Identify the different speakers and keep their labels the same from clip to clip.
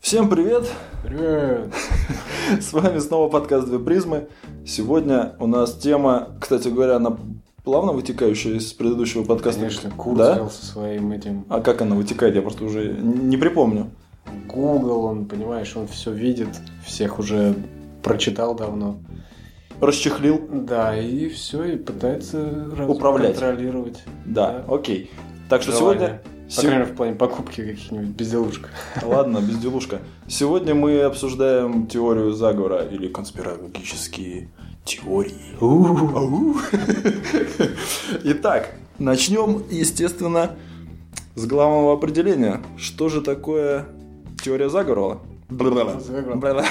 Speaker 1: Всем привет!
Speaker 2: Привет!
Speaker 1: С вами снова подкаст «Две призмы». Сегодня у нас тема, кстати говоря, она плавно вытекающая из предыдущего подкаста.
Speaker 2: Конечно, Курцвелл
Speaker 1: Да?
Speaker 2: со своим этим
Speaker 1: А как она вытекает, я просто уже не припомню.
Speaker 2: Google, он, понимаешь, он все видит, всех уже прочитал давно.
Speaker 1: Расчехлил?
Speaker 2: Да, и все, и пытается раз-
Speaker 1: Управлять.
Speaker 2: контролировать.
Speaker 1: Да, окей. Так что
Speaker 2: желание.
Speaker 1: сегодня...
Speaker 2: По крайней мере, в плане покупки каких-нибудь безделушек.
Speaker 1: Ладно, безделушка. Сегодня мы обсуждаем теорию заговора или конспирологические теории. Ау. Итак, начнем, естественно, с главного определения. Что же такое теория заговора? Бла-бла-бла.
Speaker 2: Заговор.
Speaker 1: Бла-бла.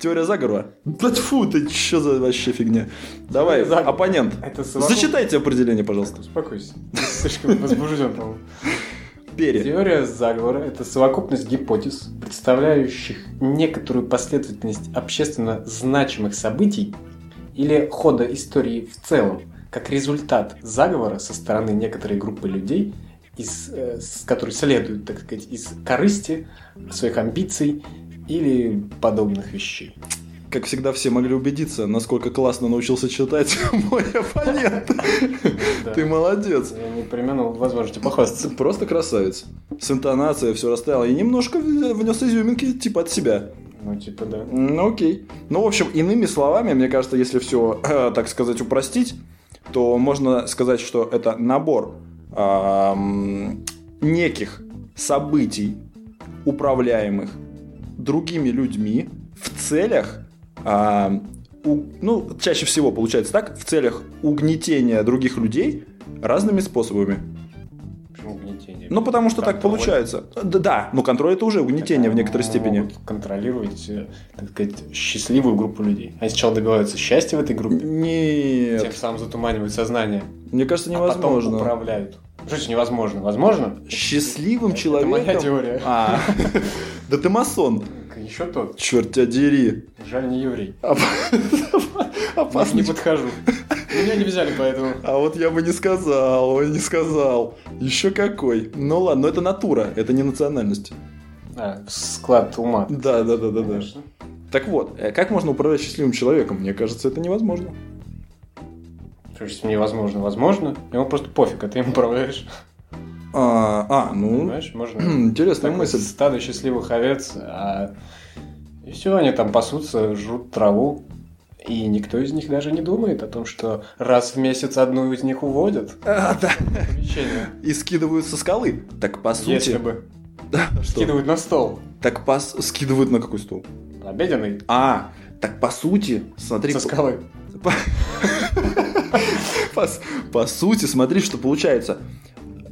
Speaker 1: Теория заговора. Да тьфу, ты что за вообще фигня? Давай,
Speaker 2: Заговор.
Speaker 1: оппонент.
Speaker 2: Это совокуп-
Speaker 1: Зачитайте определение, пожалуйста.
Speaker 2: Успокойся, ты слишком возбужден, по-моему.
Speaker 1: Пере.
Speaker 2: Теория заговора – это совокупность гипотез, представляющих некоторую последовательность общественно значимых событий или хода истории в целом, как результат заговора со стороны некоторой группы людей, из, э, с- которые следуют, так сказать, из корысти, своих амбиций или подобных вещей.
Speaker 1: Как всегда, все могли убедиться, насколько классно научился читать мой оппонент.
Speaker 2: Да.
Speaker 1: Ты молодец.
Speaker 2: Я непременно возможности похвастаться.
Speaker 1: Просто красавец. С интонацией все расставил. И немножко в- внес изюминки типа от себя.
Speaker 2: Ну, типа, да.
Speaker 1: Ну окей. Ну, в общем, иными словами, мне кажется, если все, так сказать, упростить, то можно сказать, что это набор ам, неких событий, управляемых другими людьми в целях, ам, у- ну, чаще всего получается так, в целях угнетения других людей разными способами.
Speaker 2: Почему угнетение?
Speaker 1: Ну, потому что так
Speaker 2: Контроль.
Speaker 1: получается. Да, да, но контроль это уже угнетение в некоторой
Speaker 2: Они
Speaker 1: степени.
Speaker 2: могут контролировать, э, так сказать, счастливую группу людей. А Они сначала добиваются счастья в этой группе,
Speaker 1: Нет.
Speaker 2: тем самым затуманивают сознание,
Speaker 1: Мне кажется,
Speaker 2: а потом
Speaker 1: невозможно.
Speaker 2: управляют. Жизнь невозможно. Возможно?
Speaker 1: Счастливым
Speaker 2: Это моя
Speaker 1: человеком...
Speaker 2: теория.
Speaker 1: А, да ты масон.
Speaker 2: Еще тот.
Speaker 1: Черт тебя дери. А
Speaker 2: Жаль, не еврей.
Speaker 1: Оп-
Speaker 2: Не, не
Speaker 1: Опасный. ч-
Speaker 2: подхожу. Ну, Меня не взяли, поэтому...
Speaker 1: А вот я бы не сказал, ой, не сказал. Еще какой. Ну ладно, но это натура, это не национальность.
Speaker 2: А, склад ума.
Speaker 1: Да, да, да, да, да.
Speaker 2: Конечно.
Speaker 1: Так вот, э, как можно управлять счастливым человеком? Мне кажется, это невозможно.
Speaker 2: Что ж, если невозможно? Возможно. Ему просто пофиг, а ты им управляешь.
Speaker 1: А, а, ну,
Speaker 2: Понимаешь? Можно...
Speaker 1: интересная
Speaker 2: Такое
Speaker 1: мысль.
Speaker 2: стадо счастливых овец, а... и все, они там пасутся, жрут траву, и никто из них даже не думает о том, что раз в месяц одну из них уводят.
Speaker 1: А, да.
Speaker 2: Помещение.
Speaker 1: И скидывают со скалы. Так по сути.
Speaker 2: Если бы
Speaker 1: Да, что?
Speaker 2: скидывают на стол.
Speaker 1: Так по... с- Скидывают на какой стол?
Speaker 2: Обеденный
Speaker 1: А, так по сути, смотри,
Speaker 2: со
Speaker 1: по-
Speaker 2: скалы.
Speaker 1: По... по с- по сути, смотри, что получается.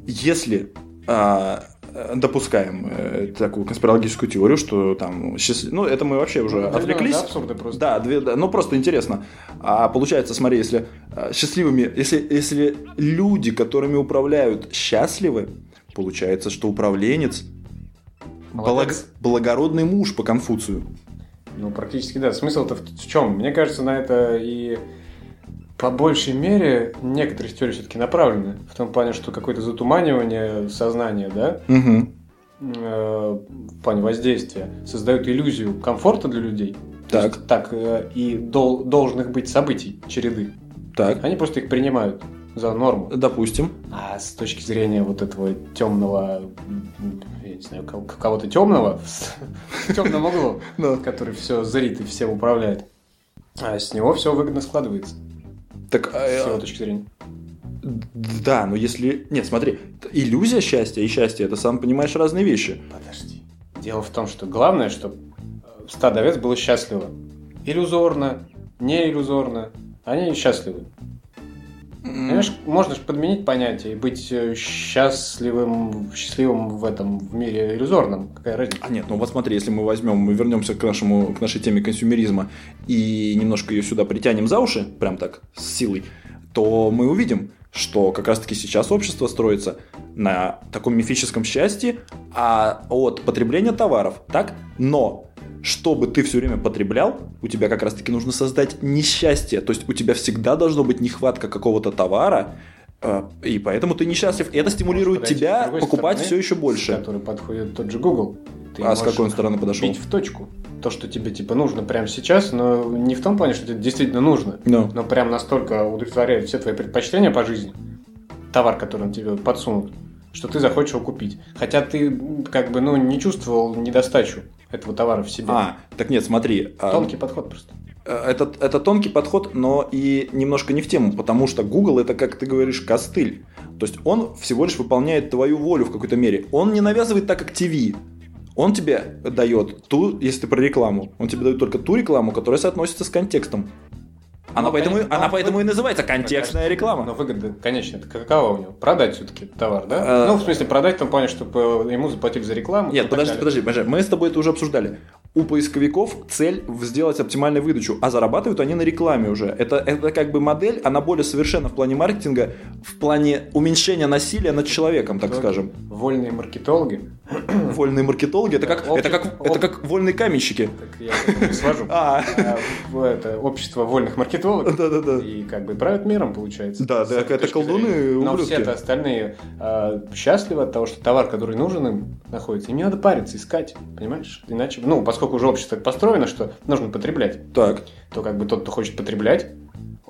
Speaker 1: Если а, э, допускаем э, такую конспирологическую теорию, что там счастлив... Ну, это мы вообще уже
Speaker 2: Ну, доведён
Speaker 1: отвлеклись.
Speaker 2: до абсурда просто.
Speaker 1: Да, две, да, ну просто интересно. А получается, смотри, если э, счастливыми, если, если люди, которыми управляют, счастливы, получается, что управленец благ-
Speaker 2: Молодец.
Speaker 1: благородный муж по Конфуцию.
Speaker 2: Ну, практически да. Смысл-то в, чем? Мне кажется, на это и по большей мере некоторые теории все-таки направлены. В том плане, что какое-то затуманивание сознания, да,
Speaker 1: Угу.
Speaker 2: э, в плане воздействия создают иллюзию комфорта для людей. То
Speaker 1: Так.
Speaker 2: есть так э, и дол- должных быть событий, череды.
Speaker 1: Так,
Speaker 2: Они просто их принимают за норму.
Speaker 1: допустим.
Speaker 2: А с точки зрения вот этого темного, я не знаю, кого- кого-то темного, в темном углу, который все зрит и всем управляет, а с него все выгодно складывается.
Speaker 1: Так, а,
Speaker 2: С его
Speaker 1: э,
Speaker 2: точки зрения.
Speaker 1: Да, но если... Нет, смотри, т- иллюзия счастья и счастье, это, сам понимаешь, разные вещи.
Speaker 2: Подожди. Дело в том, что главное, чтобы стадо овец было счастливо. Иллюзорно, не иллюзорно. Они счастливы. Понимаешь, можно же подменить понятие и быть э, счастливым, счастливым в этом в мире иллюзорном. Какая разница?
Speaker 1: А нет, ну вот смотри, если мы возьмем, мы вернемся к, нашему, к нашей теме консюмеризма и немножко ее сюда притянем за уши, прям так, с силой, то мы увидим, что как раз-таки сейчас общество строится на таком мифическом счастье а от потребления товаров, так? Но чтобы ты все время потреблял, у тебя как раз-таки нужно создать несчастье. То есть у тебя всегда должно быть нехватка какого-то товара, э, и поэтому ты несчастлив. И это стимулирует
Speaker 2: Подойти с
Speaker 1: тебя
Speaker 2: другой
Speaker 1: покупать
Speaker 2: стороны,
Speaker 1: все еще
Speaker 2: с
Speaker 1: больше.
Speaker 2: которой подходит тот же Google. Ты
Speaker 1: а с
Speaker 2: можешь
Speaker 1: какой он стороны подошел?
Speaker 2: бить в точку. То, что тебе типа нужно прямо сейчас, но не в том плане, что тебе действительно нужно,
Speaker 1: Ну,
Speaker 2: но прям настолько удовлетворяет все твои предпочтения по жизни, товар, который он тебе подсунул, что ты захочешь его купить. Хотя ты м, как бы ну не чувствовал недостачу этого товара в себе.
Speaker 1: А, так нет, смотри. а,
Speaker 2: Тонкий подход просто.
Speaker 1: э, Это, это тонкий подход, но и немножко не в тему, потому что Google это, как ты говоришь, костыль. То есть он всего лишь выполняет твою волю в какой-то мере. Он не навязывает так, как TV. Он тебе дает ту, если ты про рекламу, он тебе дает только ту рекламу, которая соотносится с контекстом. Она,
Speaker 2: Ну,
Speaker 1: поэтому,
Speaker 2: конечно,
Speaker 1: она
Speaker 2: но-
Speaker 1: поэтому и называется контекстная реклама.
Speaker 2: Но выгода, конечно, это какова у него? Продать все-таки товар, да?
Speaker 1: Э,
Speaker 2: ну, в смысле, продать в том плане, чтобы ему заплатили за рекламу. ну, и
Speaker 1: Нет,
Speaker 2: так
Speaker 1: подожди,
Speaker 2: далее.
Speaker 1: подожди, подожди, мы с тобой это уже обсуждали. У поисковиков цель в- сделать оптимальную выдачу, а зарабатывают они на рекламе уже. Это, это как бы модель, она более совершенна в плане маркетинга, в плане уменьшения насилия над человеком, так
Speaker 2: Так.
Speaker 1: скажем.
Speaker 2: Вольные маркетологи.
Speaker 1: Вольные маркетологи, это как, это как, это как вольные каменщики.
Speaker 2: Так я к этому свожу.
Speaker 1: А,
Speaker 2: А, в- Это общество вольных маркетологов.
Speaker 1: да-да-да.
Speaker 2: И как бы правят миром, получается.
Speaker 1: Да,
Speaker 2: С
Speaker 1: да,
Speaker 2: этой
Speaker 1: это
Speaker 2: точки
Speaker 1: колдуны,
Speaker 2: зрения. Но
Speaker 1: ублюдки.
Speaker 2: все-то остальные а, счастливы от того, что товар, который нужен им, находится. Им не надо париться, искать, понимаешь? Иначе, ну, поскольку уже общество так построено, что нужно потреблять,
Speaker 1: Так,
Speaker 2: то как бы тот, кто хочет потреблять,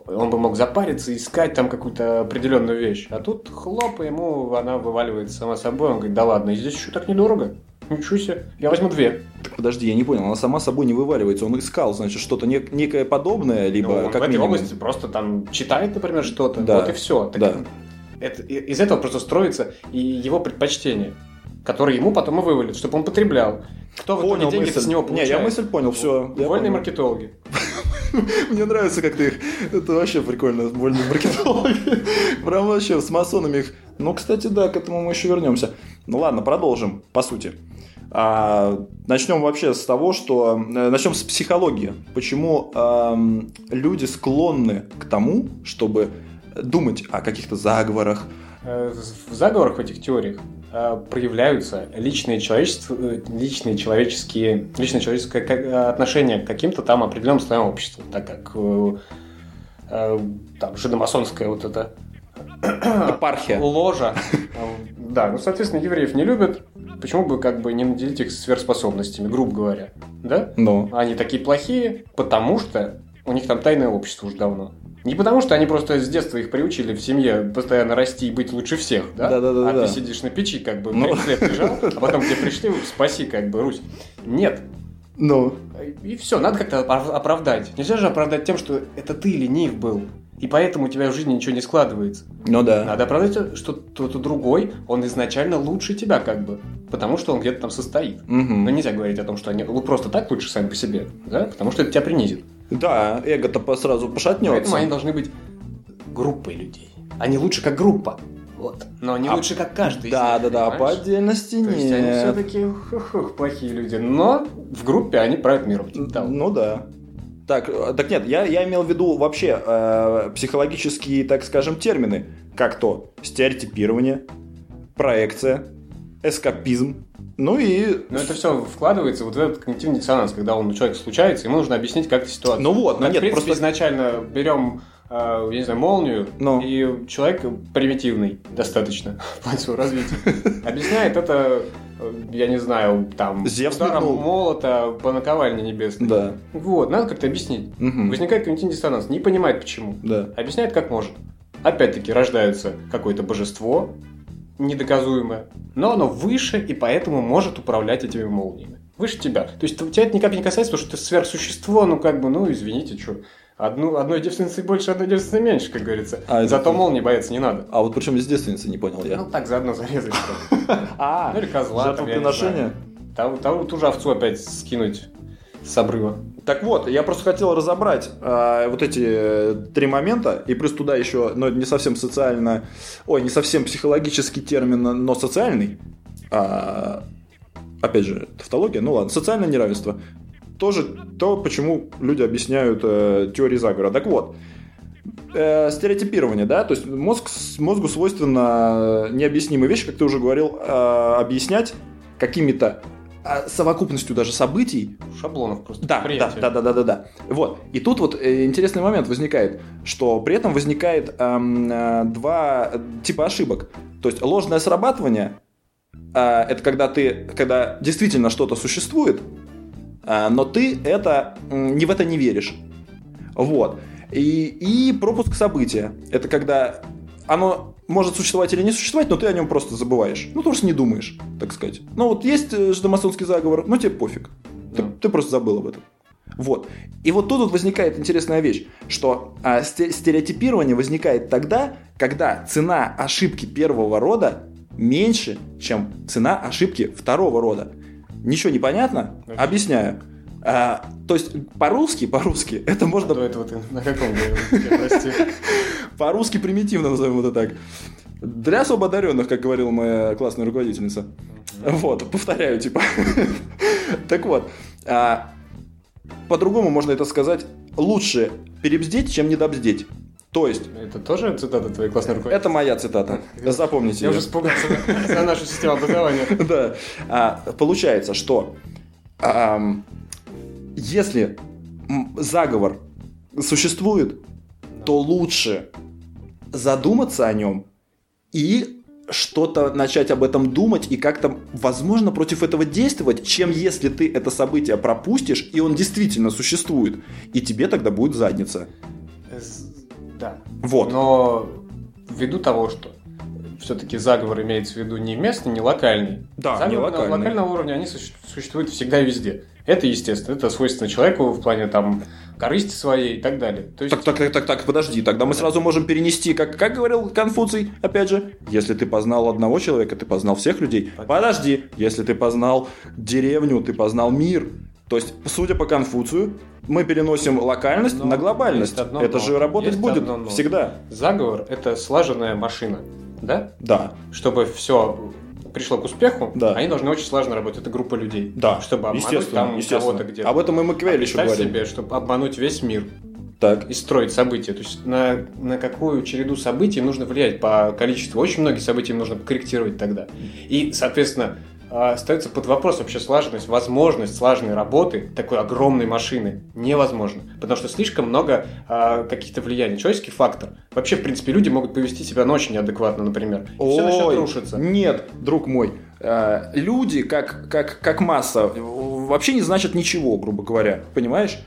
Speaker 2: он бы мог запариться, искать там какую-то определенную вещь. А тут хлоп, и ему она вываливается сама собой. Он говорит, да ладно, и здесь еще так недорого. Ничего себе, я возьму две.
Speaker 1: так подожди, я не понял, она сама собой не вываливается, он искал, значит, что-то нек- некое подобное, либо
Speaker 2: Ну, в
Speaker 1: как
Speaker 2: этой
Speaker 1: минимум.
Speaker 2: области просто там читает, например, что-то,
Speaker 1: Да.
Speaker 2: вот и все.
Speaker 1: Да.
Speaker 2: это, и- из этого просто строится и его предпочтение, которое ему потом и вывалит, чтобы он потреблял. Кто в итоге
Speaker 1: Понял
Speaker 2: деньги
Speaker 1: мысль.
Speaker 2: с него
Speaker 1: Не,
Speaker 2: получает?
Speaker 1: я мысль понял, все.
Speaker 2: Вольные маркетологи.
Speaker 1: Мне нравится, как ты их... Это вообще прикольно, вольные маркетологи. Прям вообще с масонами их... Ну, кстати, да, к этому мы еще вернемся. Ну ладно, продолжим, по сути. А, начнем вообще с того, что... э, Начнем с психологии. Почему эм, люди склонны к тому, чтобы думать о каких-то заговорах.
Speaker 2: Э, В заговорах, в этих теориях э, проявляются личные, человечество, э, личные человеческие, личное человеческое ка- э, отношение к каким-то там определенным слоям общества, так как э, э, там жидомасонская вот эта А,
Speaker 1: Епархия.
Speaker 2: ложа. Э, Да, ну, соответственно, евреев не любят. Почему бы как бы не наделить их сверхспособностями, грубо говоря, да?
Speaker 1: Ну,
Speaker 2: Они такие плохие, потому что у них там тайное общество уже давно. Не потому что они просто с детства их приучили в семье постоянно расти и быть лучше всех, да?
Speaker 1: Да-да-да-да.
Speaker 2: А ты сидишь на печи, как бы,
Speaker 1: Ну.
Speaker 2: 30 лет лежал, а потом к тебе пришли, спаси, как бы, Русь. Нет.
Speaker 1: ну,
Speaker 2: И все, надо как-то опра- оправдать. Нельзя же оправдать тем, что это ты ленив был, и поэтому у тебя в жизни ничего не складывается.
Speaker 1: ну да.
Speaker 2: Надо оправдать, что кто-то другой, он изначально лучше тебя, как бы, потому что он где-то там состоит.
Speaker 1: Мгм.
Speaker 2: Но нельзя говорить о том, что они ну, просто так лучше сами по себе, да? Потому что это тебя принизит.
Speaker 1: Да, эго-то по- сразу
Speaker 2: Поэтому они
Speaker 1: пошатнется.
Speaker 2: должны быть группой людей. Они лучше как группа. Вот. Но не
Speaker 1: А-
Speaker 2: лучше как каждый. из
Speaker 1: Да,
Speaker 2: них,
Speaker 1: да, да, по
Speaker 2: понимаешь?
Speaker 1: отдельности
Speaker 2: То есть они
Speaker 1: нет.
Speaker 2: все-таки плохие люди. Но в группе они правят миром. типа того.
Speaker 1: Ну да. Так, э, так нет, я, я имел в виду вообще э, психологические, так скажем, термины, как то стереотипирование, проекция, эскапизм, ну и...
Speaker 2: Но это все вкладывается вот в этот когнитивный диссонанс, когда он у человека случается, ему нужно объяснить как-то ситуацию.
Speaker 1: Ну вот, ну
Speaker 2: Так, в
Speaker 1: нет,
Speaker 2: принципе,
Speaker 1: просто...
Speaker 2: изначально берем, э, я не знаю, молнию,
Speaker 1: Ну.
Speaker 2: и человек примитивный достаточно в плане своего развития. Объясняет это, э, я не знаю, там,
Speaker 1: Зевс
Speaker 2: ударом
Speaker 1: метнул.
Speaker 2: молота по наковальне небесной.
Speaker 1: Да.
Speaker 2: Вот, надо как-то объяснить.
Speaker 1: Мгм.
Speaker 2: Возникает когнитивный диссонанс, не понимает почему.
Speaker 1: Да.
Speaker 2: Объясняет как может. Опять-таки рождается какое-то божество, недоказуемое, но оно выше и поэтому может управлять этими молниями. Выше тебя. То есть тебя это никак не касается, потому что ты сверхсущество, ну как бы, ну извините, что. Одну, одной девственницы больше, одной девственницы меньше, как говорится.
Speaker 1: А, это
Speaker 2: Зато
Speaker 1: тоже.
Speaker 2: молнии бояться не надо.
Speaker 1: А вот причем здесь девственницы, не понял я.
Speaker 2: Ну так заодно зарезать. что ли.
Speaker 1: а,
Speaker 2: Ну или козла. там, я не
Speaker 1: жертвоприношение?
Speaker 2: знаю. Того, того- ту же овцу опять скинуть с обрыва.
Speaker 1: Так вот, я просто хотел разобрать а, вот эти э, три момента, и плюс туда еще, но не совсем социально, ой, не совсем психологический термин, но социальный. А, опять же, тавтология, ну ладно, социальное неравенство. Тоже то, почему люди объясняют э, теории заговора. Так вот, э, стереотипирование, да, то есть мозг, с- мозгу свойственно необъяснимые вещи, как ты уже говорил, э, объяснять какими-то э, совокупностью даже событий,
Speaker 2: Шаблонов просто.
Speaker 1: да, да,
Speaker 2: восприятия.
Speaker 1: да, да, да, да, да. Вот. И тут вот э, интересный момент возникает, что при этом возникает эм, э, два типа ошибок. То есть ложное срабатывание а, это когда ты, когда действительно что-то существует, а, но ты это м, не в это не веришь. Вот. И, и пропуск события. Это когда оно может существовать или не существовать, но ты о нем просто забываешь. Ну, потому что не думаешь, так сказать. Ну, вот есть э, жидомасонский заговор, но тебе пофиг. Ты,
Speaker 2: Да.
Speaker 1: ты просто забыл об этом. Вот. И вот тут вот возникает интересная вещь, что а, сте- стереотипирование возникает тогда, когда цена ошибки первого рода меньше, чем цена ошибки второго рода. Ничего не понятно?
Speaker 2: Окей.
Speaker 1: Объясняю. А, то есть по-русски, по-русски, это можно
Speaker 2: До этого ты на каком говорил? Я, Прости.
Speaker 1: по-русски примитивно назовем это так. Для особо одаренных, как говорила моя классная руководительница. Вот, повторяю, типа. Так вот, а, по-другому можно это сказать, лучше перебздеть, чем недобздеть. То есть,
Speaker 2: Это тоже цитата твоей классной руководителя?
Speaker 1: это моя цитата, запомните.
Speaker 2: Я
Speaker 1: её.
Speaker 2: уже испугался за- за нашу систему образования.
Speaker 1: Да. А, Получается, что ам, если м, заговор существует, то лучше задуматься о нем и что-то начать об этом думать и как-то, возможно, против этого действовать, чем если ты это событие пропустишь, и он действительно существует, и тебе тогда будет задница.
Speaker 2: З- Да.
Speaker 1: Вот.
Speaker 2: Но ввиду того, что все-таки заговор имеется в виду не местный, не локальный.
Speaker 1: Да, А, не
Speaker 2: Заговоры на
Speaker 1: локальный.
Speaker 2: локального уровня они суще- существуют всегда и везде. Это естественно, это свойственно человеку в плане там корысти своей и так далее. То есть
Speaker 1: Так, так, так, так, так, подожди, тогда мы сразу можем перенести, как, как говорил Конфуций, опять же, если ты познал одного человека, ты познал всех людей.
Speaker 2: Так.
Speaker 1: Подожди, если ты познал деревню, ты познал мир. То есть, судя по Конфуцию, мы переносим локальность
Speaker 2: Но
Speaker 1: на глобальность.
Speaker 2: есть одно
Speaker 1: Это
Speaker 2: но.
Speaker 1: же работать
Speaker 2: Есть
Speaker 1: будет
Speaker 2: одно но.
Speaker 1: всегда.
Speaker 2: заговор это слаженная машина, да?
Speaker 1: Да,
Speaker 2: Чтобы все пришло к успеху,
Speaker 1: Да.
Speaker 2: они должны очень слаженно работать. Это группа людей.
Speaker 1: да.
Speaker 2: Чтобы обмануть
Speaker 1: естественно,
Speaker 2: там
Speaker 1: естественно.
Speaker 2: кого-то где-то. А
Speaker 1: Об этом и Маквель еще
Speaker 2: Представь
Speaker 1: говорил.
Speaker 2: себе, чтобы обмануть весь мир
Speaker 1: Так,
Speaker 2: и строить события. То есть на, на какую череду событий нужно влиять по количеству. Очень многие события нужно корректировать тогда. И, соответственно, а, остается под вопрос вообще слаженность, возможность слаженной работы такой огромной машины невозможно, потому что слишком много а, каких-то влияний, человеческий фактор. Вообще, в принципе, люди могут повести себя, но очень неадекватно, например. все начнет
Speaker 1: Ой,
Speaker 2: рушиться.
Speaker 1: Нет, друг мой. Э, Люди, как, как, как масса, э, вообще не значат ничего, грубо говоря. Понимаешь?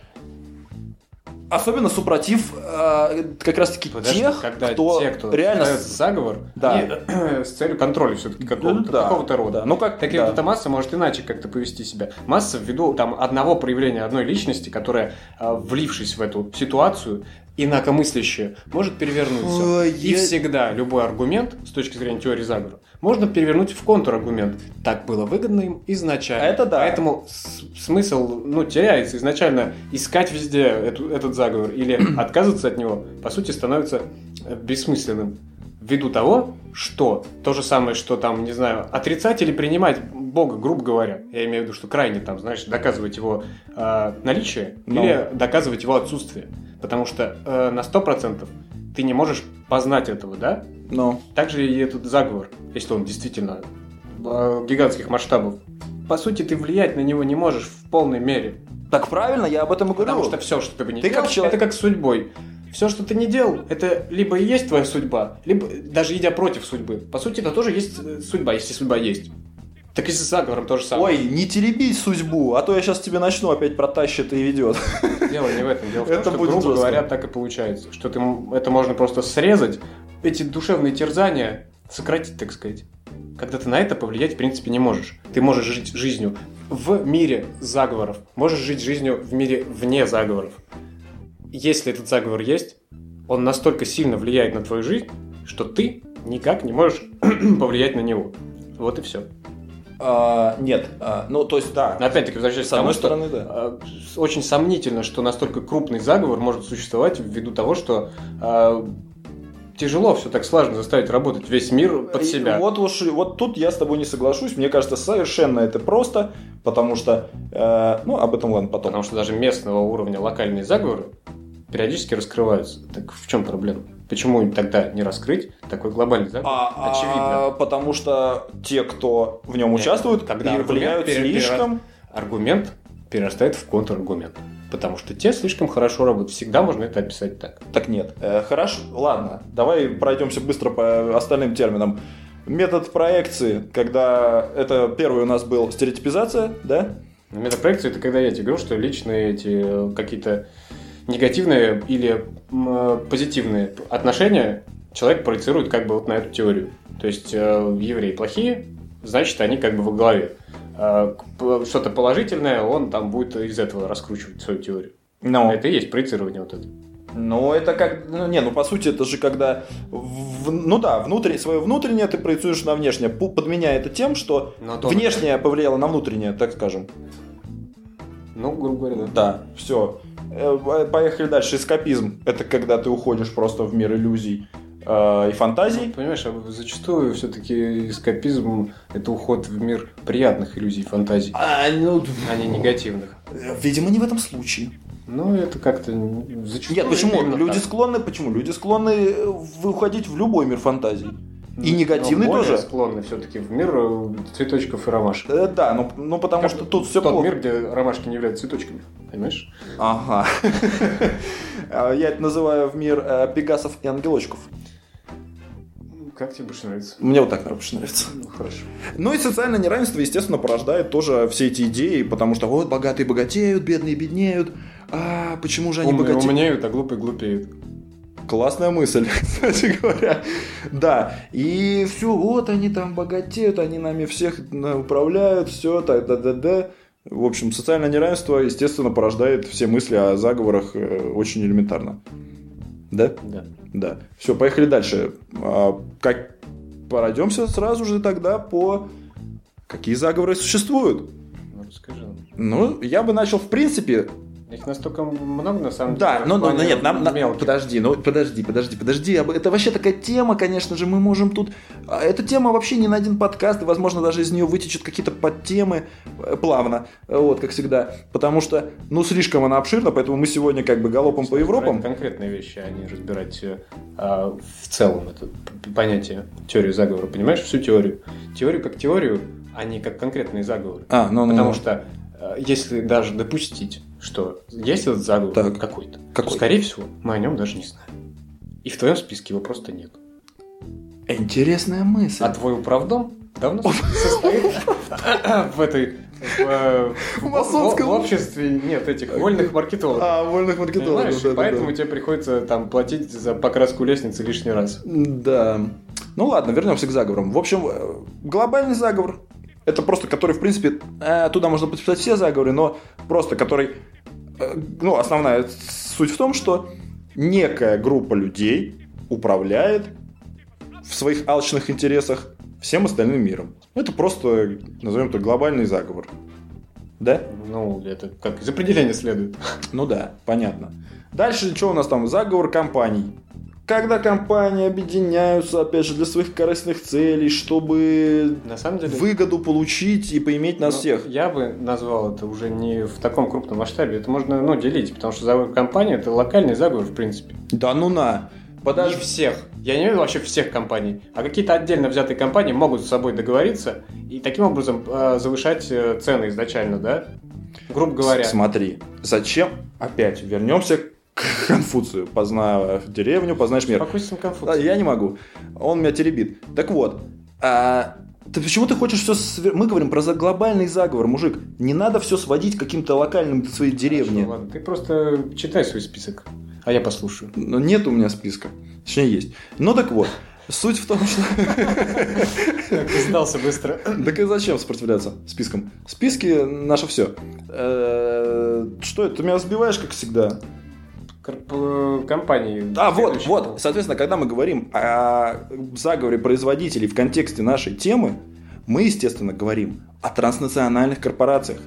Speaker 1: Особенно супротив э, как раз-таки
Speaker 2: Подожди,
Speaker 1: тех, кто,
Speaker 2: те, кто
Speaker 1: реально...
Speaker 2: создает заговор,
Speaker 1: Да.
Speaker 2: они, с целью контроля все-таки какого-то,
Speaker 1: Да,
Speaker 2: какого-то рода.
Speaker 1: да. Ну, как,
Speaker 2: Так и
Speaker 1: да.
Speaker 2: вот эта масса может иначе как-то повести себя. Масса ввиду там одного проявления одной личности, которая, а, влившись в эту ситуацию, инакомыслящая, может перевернуть всё.
Speaker 1: Ой,
Speaker 2: И
Speaker 1: я-
Speaker 2: всегда любой аргумент, с точки зрения теории заговора, можно перевернуть в контраргумент. Так было выгодно им изначально.
Speaker 1: Это да.
Speaker 2: Поэтому с- смысл, ну, теряется. Изначально искать везде эту- этот заговор или отказываться от него, по сути, становится э, бессмысленным. Ввиду того, что то же самое, что там, не знаю, отрицать или принимать Бога, грубо говоря, я имею в виду, что крайне там, знаешь, доказывать его э, наличие
Speaker 1: Ну.
Speaker 2: или доказывать его отсутствие. Потому что э, на 100% ты не можешь познать этого, да?
Speaker 1: Ну,
Speaker 2: Также и этот заговор, если он действительно э, гигантских масштабов. По сути, ты влиять на него не можешь в полной мере.
Speaker 1: Ну, так правильно, я об этом и говорю.
Speaker 2: Потому что все, что ты бы не
Speaker 1: Ты
Speaker 2: делал,
Speaker 1: как человек-
Speaker 2: это как с судьбой. Все, что ты не делал, это либо и есть твоя судьба, либо даже идя против судьбы. По сути, это тоже есть э, судьба, если судьба есть. Так и с заговором то же самое.
Speaker 1: Ой, не тереби судьбу, а то я сейчас тебе начну опять протащит и ведет.
Speaker 2: Дело не в этом. Дело в том,
Speaker 1: Это
Speaker 2: что,
Speaker 1: будет
Speaker 2: грубо
Speaker 1: жестко.
Speaker 2: говоря, так и получается. Что ты, м- это можно просто срезать, эти душевные терзания сократить, так сказать. Когда ты на это повлиять, в принципе, не можешь. Ты можешь жить жизнью в мире заговоров. Можешь жить жизнью в мире вне заговоров. Если этот заговор есть, он настолько сильно влияет на твою жизнь, что ты никак не можешь повлиять на него. Вот и все.
Speaker 1: нет, а, ну то есть да.
Speaker 2: Опять-таки, возвращаясь
Speaker 1: С
Speaker 2: к тому,
Speaker 1: одной
Speaker 2: что
Speaker 1: стороны, да.
Speaker 2: Э, с- Очень сомнительно, что настолько крупный заговор может существовать ввиду того, что э, тяжело все так сложно заставить работать весь мир под
Speaker 1: И
Speaker 2: себя.
Speaker 1: Вот уж и- вот тут я с тобой не соглашусь. Мне кажется, совершенно это просто, потому что, э, ну, об этом ладно потом.
Speaker 2: Потому что даже местного уровня локальные заговоры периодически раскрываются. Так в чем проблема? Почему им тогда не раскрыть такой глобальный заговор?
Speaker 1: А-
Speaker 2: Очевидно.
Speaker 1: а, потому что те, кто в нем
Speaker 2: Нет,
Speaker 1: участвуют,
Speaker 2: когда
Speaker 1: и
Speaker 2: аргумент
Speaker 1: влияют
Speaker 2: пере-
Speaker 1: слишком.
Speaker 2: Аргумент перерастает в контраргумент. Потому что те слишком хорошо работают. Всегда можно это описать так.
Speaker 1: Так нет. Э, хорошо, ладно. Давай пройдемся быстро по остальным терминам. метод проекции, когда это первый у нас был стереотипизация, да?
Speaker 2: Ну, Метапроекция это когда я тебе говорю, что личные эти э, какие-то негативные или м, э, позитивные отношения человек проецирует как бы вот на эту теорию. То есть э, евреи плохие, значит они как бы во главе. А к- п- Что-то положительное, он там будет из этого раскручивать свою теорию.
Speaker 1: Ну,
Speaker 2: Это и есть проецирование вот это.
Speaker 1: ну это как, ну не, ну по сути это же когда, в- ну да, внутреннее, свое внутреннее ты проецируешь на внешнее, пу- подменяя это тем, что
Speaker 2: Но тоже-
Speaker 1: внешнее повлияло на внутреннее, так скажем. Э,
Speaker 2: Ну, грубо говоря, да.
Speaker 1: Да, все. Поехали дальше. Эскапизм. Это когда ты уходишь просто в мир иллюзий э, и
Speaker 2: Ну,
Speaker 1: фантазий.
Speaker 2: Понимаешь, а зачастую все-таки эскапизм это уход в мир приятных иллюзий и фантазий,
Speaker 1: А, ну,
Speaker 2: а не негативных.
Speaker 1: Э, видимо, не в этом случае.
Speaker 2: Ну, это как-то н- зачастую.
Speaker 1: Нет, почему?
Speaker 2: Ну, именно
Speaker 1: Люди
Speaker 2: так.
Speaker 1: склонны, почему? Люди склонны э, в- уходить в любой мир фантазий. И
Speaker 2: Ну,
Speaker 1: негативный
Speaker 2: более
Speaker 1: тоже.
Speaker 2: склонны все-таки в мир э, цветочков и ромашек.
Speaker 1: Э, Да, ну, ну потому
Speaker 2: Как
Speaker 1: что тут все
Speaker 2: Тот
Speaker 1: плохо.
Speaker 2: мир, где ромашки не являются цветочками, понимаешь?
Speaker 1: Ага. А, Я это называю в мир э, пегасов и ангелочков.
Speaker 2: Ну, Как тебе больше нравится?
Speaker 1: Мне вот так больше нравится.
Speaker 2: Ну, хорошо.
Speaker 1: Ну и социальное неравенство, естественно, порождает тоже все эти идеи, потому что вот богатые богатеют, бедные беднеют. А почему же они
Speaker 2: Умные
Speaker 1: богатеют?
Speaker 2: умнеют, а глупые глупеют.
Speaker 1: Классная мысль, кстати говоря. Да, и все, вот они там богатеют, они нами всех на- управляют, все, так, да, да, да. В общем, социальное неравенство, естественно, порождает все мысли о заговорах э, очень элементарно. Да?
Speaker 2: Да.
Speaker 1: Да. Все, поехали дальше. А, как... Пройдемся сразу же тогда по... Какие заговоры существуют?
Speaker 2: Ну, расскажи нам.
Speaker 1: Ну, я бы начал, в принципе,
Speaker 2: Их настолько много, на самом
Speaker 1: да,
Speaker 2: деле.
Speaker 1: ну,
Speaker 2: в
Speaker 1: ну, ну,
Speaker 2: плане
Speaker 1: нет, нам, на-
Speaker 2: мелких.
Speaker 1: подожди, ну подожди, подожди, подожди, об- это вообще такая тема, конечно же, мы можем тут, а, эта тема вообще не на один подкаст, и, возможно, даже из нее вытечет какие-то подтемы э, плавно, э, вот как всегда, потому что, ну слишком она обширна, поэтому мы сегодня как бы галопом по
Speaker 2: Разбирать
Speaker 1: Европам.
Speaker 2: конкретные вещи, а не разбирать э, а, в целом это п- понятие, теорию заговора. Понимаешь, всю теорию. Теорию как теорию, а не как конкретные заговоры.
Speaker 1: А, ну, ну,
Speaker 2: Потому
Speaker 1: ну.
Speaker 2: что э, если даже допустить, что есть этот заговор
Speaker 1: Так.
Speaker 2: какой-то, то,
Speaker 1: Какой?
Speaker 2: скорее всего, мы о нем даже не знаем. И в твоем списке его просто нет.
Speaker 1: интересная мысль.
Speaker 2: А твой управдом давно состоит в этой... в, э,
Speaker 1: В
Speaker 2: в-
Speaker 1: масонском-
Speaker 2: В обществе нет этих вольных маркетологов.
Speaker 1: А, вольных
Speaker 2: Понимаешь,
Speaker 1: маркетологов,
Speaker 2: и поэтому тебе приходится там платить за покраску лестницы лишний раз.
Speaker 1: Да. Ну ладно, вернемся к заговорам. В общем, э, глобальный заговор. Это просто, который, в принципе, э, туда можно подписать все заговоры, но просто который... э, Ну, основная суть в том, что некая группа людей управляет в своих алчных интересах всем остальным миром. Это просто, назовем это, глобальный заговор. Да?
Speaker 2: Ну, это как из определения следует.
Speaker 1: Ну да, понятно. Дальше что у нас там? Заговор компаний. Когда компании объединяются, опять же, для своих корыстных целей, чтобы
Speaker 2: На самом деле...
Speaker 1: выгоду получить и поиметь нас
Speaker 2: ну,
Speaker 1: всех.
Speaker 2: Я бы назвал это уже не в таком крупном масштабе. Это можно, ну, делить, потому что заговор компании – это локальный заговор, в принципе.
Speaker 1: Да ну на.
Speaker 2: Не
Speaker 1: Подожди.
Speaker 2: всех. Я не имею в виду вообще всех компаний. А какие-то отдельно взятые компании могут с собой договориться и таким образом э, завышать э, цены изначально, да? Грубо говоря.
Speaker 1: С- Смотри, зачем? Опять вернемся к Конфуцию. Познав деревню, познаешь мир.
Speaker 2: Спокойствие, комфорт.
Speaker 1: Да, я не могу. Он меня теребит. Так вот, а, ты почему ты хочешь все... Мы говорим про за- глобальный заговор, мужик. Не надо все сводить к каким-то локальным своей деревне.
Speaker 2: Хорошо, ладно, ты просто читай свой список, а я послушаю.
Speaker 1: Но Ну, нет у меня списка. Точнее, есть. Ну так вот, суть в том, что...
Speaker 2: Как ты сдался быстро.
Speaker 1: Так и зачем сопротивляться спискам? Списки наше все. Что это? Ты меня сбиваешь, как всегда.
Speaker 2: Корп- Компании.
Speaker 1: А, вот,
Speaker 2: следующего.
Speaker 1: вот. Соответственно, когда мы говорим о заговоре производителей в контексте нашей темы, мы, естественно, говорим о транснациональных корпорациях,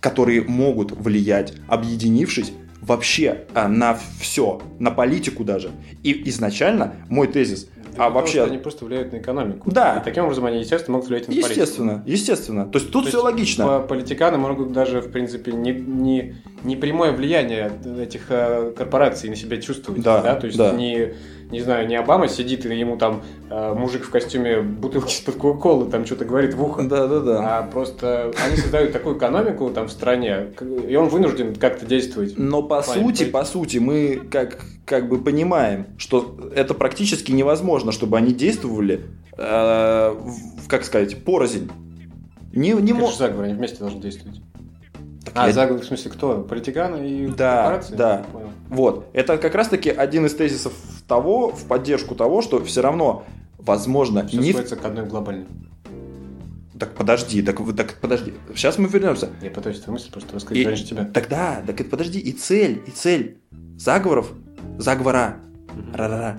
Speaker 1: которые могут влиять, объединившись вообще а, на все, на политику даже. И изначально мой тезис,
Speaker 2: Да
Speaker 1: а
Speaker 2: потому
Speaker 1: вообще
Speaker 2: что Они просто влияют на экономику.
Speaker 1: Да.
Speaker 2: И таким образом они, естественно, могут влиять на политику.
Speaker 1: Естественно, естественно. То есть тут
Speaker 2: То
Speaker 1: все
Speaker 2: есть
Speaker 1: логично.
Speaker 2: По- Политиканы могут даже, в принципе, не, не, не прямое влияние этих э, корпораций на себя чувствовать.
Speaker 1: Да,
Speaker 2: То есть
Speaker 1: да.
Speaker 2: не, не знаю, не Обама сидит и ему там э, мужик в костюме бутылки из-под кока-колы там что-то говорит в ухо.
Speaker 1: Да, да, да.
Speaker 2: А просто они создают такую экономику там в стране, к- и он вынужден как-то действовать.
Speaker 1: Но по
Speaker 2: Понятно.
Speaker 1: сути, по сути, мы как, как бы понимаем, что это практически невозможно, чтобы они действовали э, в- как сказать, порознь. Не, не
Speaker 2: Это
Speaker 1: мо-
Speaker 2: же заговор, они вместе должны действовать.
Speaker 1: Так
Speaker 2: А,
Speaker 1: я-
Speaker 2: заговор, в смысле, кто? Политиканы и
Speaker 1: Да,
Speaker 2: корпорации?
Speaker 1: да.
Speaker 2: Понял.
Speaker 1: Вот. Это как раз-таки один из тезисов того, в поддержку того, что все равно, возможно,
Speaker 2: Все
Speaker 1: не... в-
Speaker 2: сводится к одной глобальной.
Speaker 1: Так подожди, так, вы- так подожди. Сейчас мы вернемся.
Speaker 2: Я пытаюсь твою мысль просто
Speaker 1: И-
Speaker 2: высказать раньше тебя.
Speaker 1: Тогда, так это подожди, и цель, и цель заговоров, заговора, ра-ра-ра,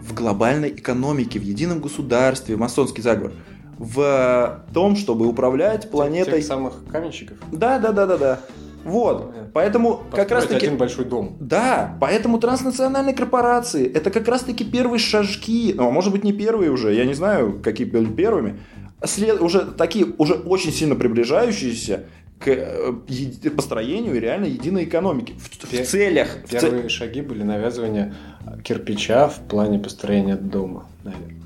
Speaker 1: в глобальной экономике, в едином государстве, масонский заговор, в э, том, чтобы управлять планетой.
Speaker 2: Тех самых каменщиков.
Speaker 1: Да, да, да, да, да. Вот.
Speaker 2: Понятно.
Speaker 1: Поэтому как
Speaker 2: Построить
Speaker 1: раз таки...
Speaker 2: один большой дом.
Speaker 1: Да, поэтому транснациональные корпорации это как раз-таки первые шажки, а может быть не первые уже, я не знаю, какие были первыми, а след- уже такие, уже очень сильно приближающиеся к э, еди- построению реально единой экономики в, в
Speaker 2: Пе-
Speaker 1: целях. в ц-
Speaker 2: Первые шаги были навязывание кирпича в плане построения дома, наверное.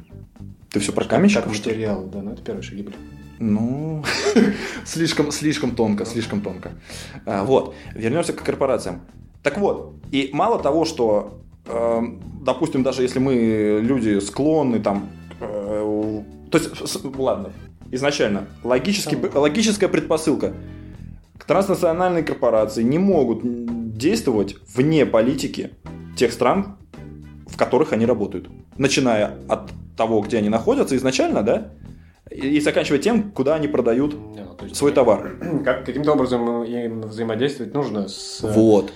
Speaker 1: Ты все про
Speaker 2: Как-
Speaker 1: каменщиков?
Speaker 2: Как
Speaker 1: что ли?
Speaker 2: материал, да, но это первые шаги были.
Speaker 1: Ну, слишком, слишком тонко, слишком тонко. А, вот, вернемся к корпорациям. Так вот, и мало того, что, эм, допустим, даже если мы люди склонны там, э, у- то есть, с- ладно, изначально логически,
Speaker 2: Там-
Speaker 1: логическая предпосылка. Транснациональные корпорации не могут действовать вне политики тех стран, в которых они работают. Начиная от того, где они находятся изначально, да, и и заканчивая тем, куда они продают
Speaker 2: Не, ну, то есть
Speaker 1: свой товар.
Speaker 2: Как, каким-то образом им взаимодействовать нужно с э,
Speaker 1: Вот.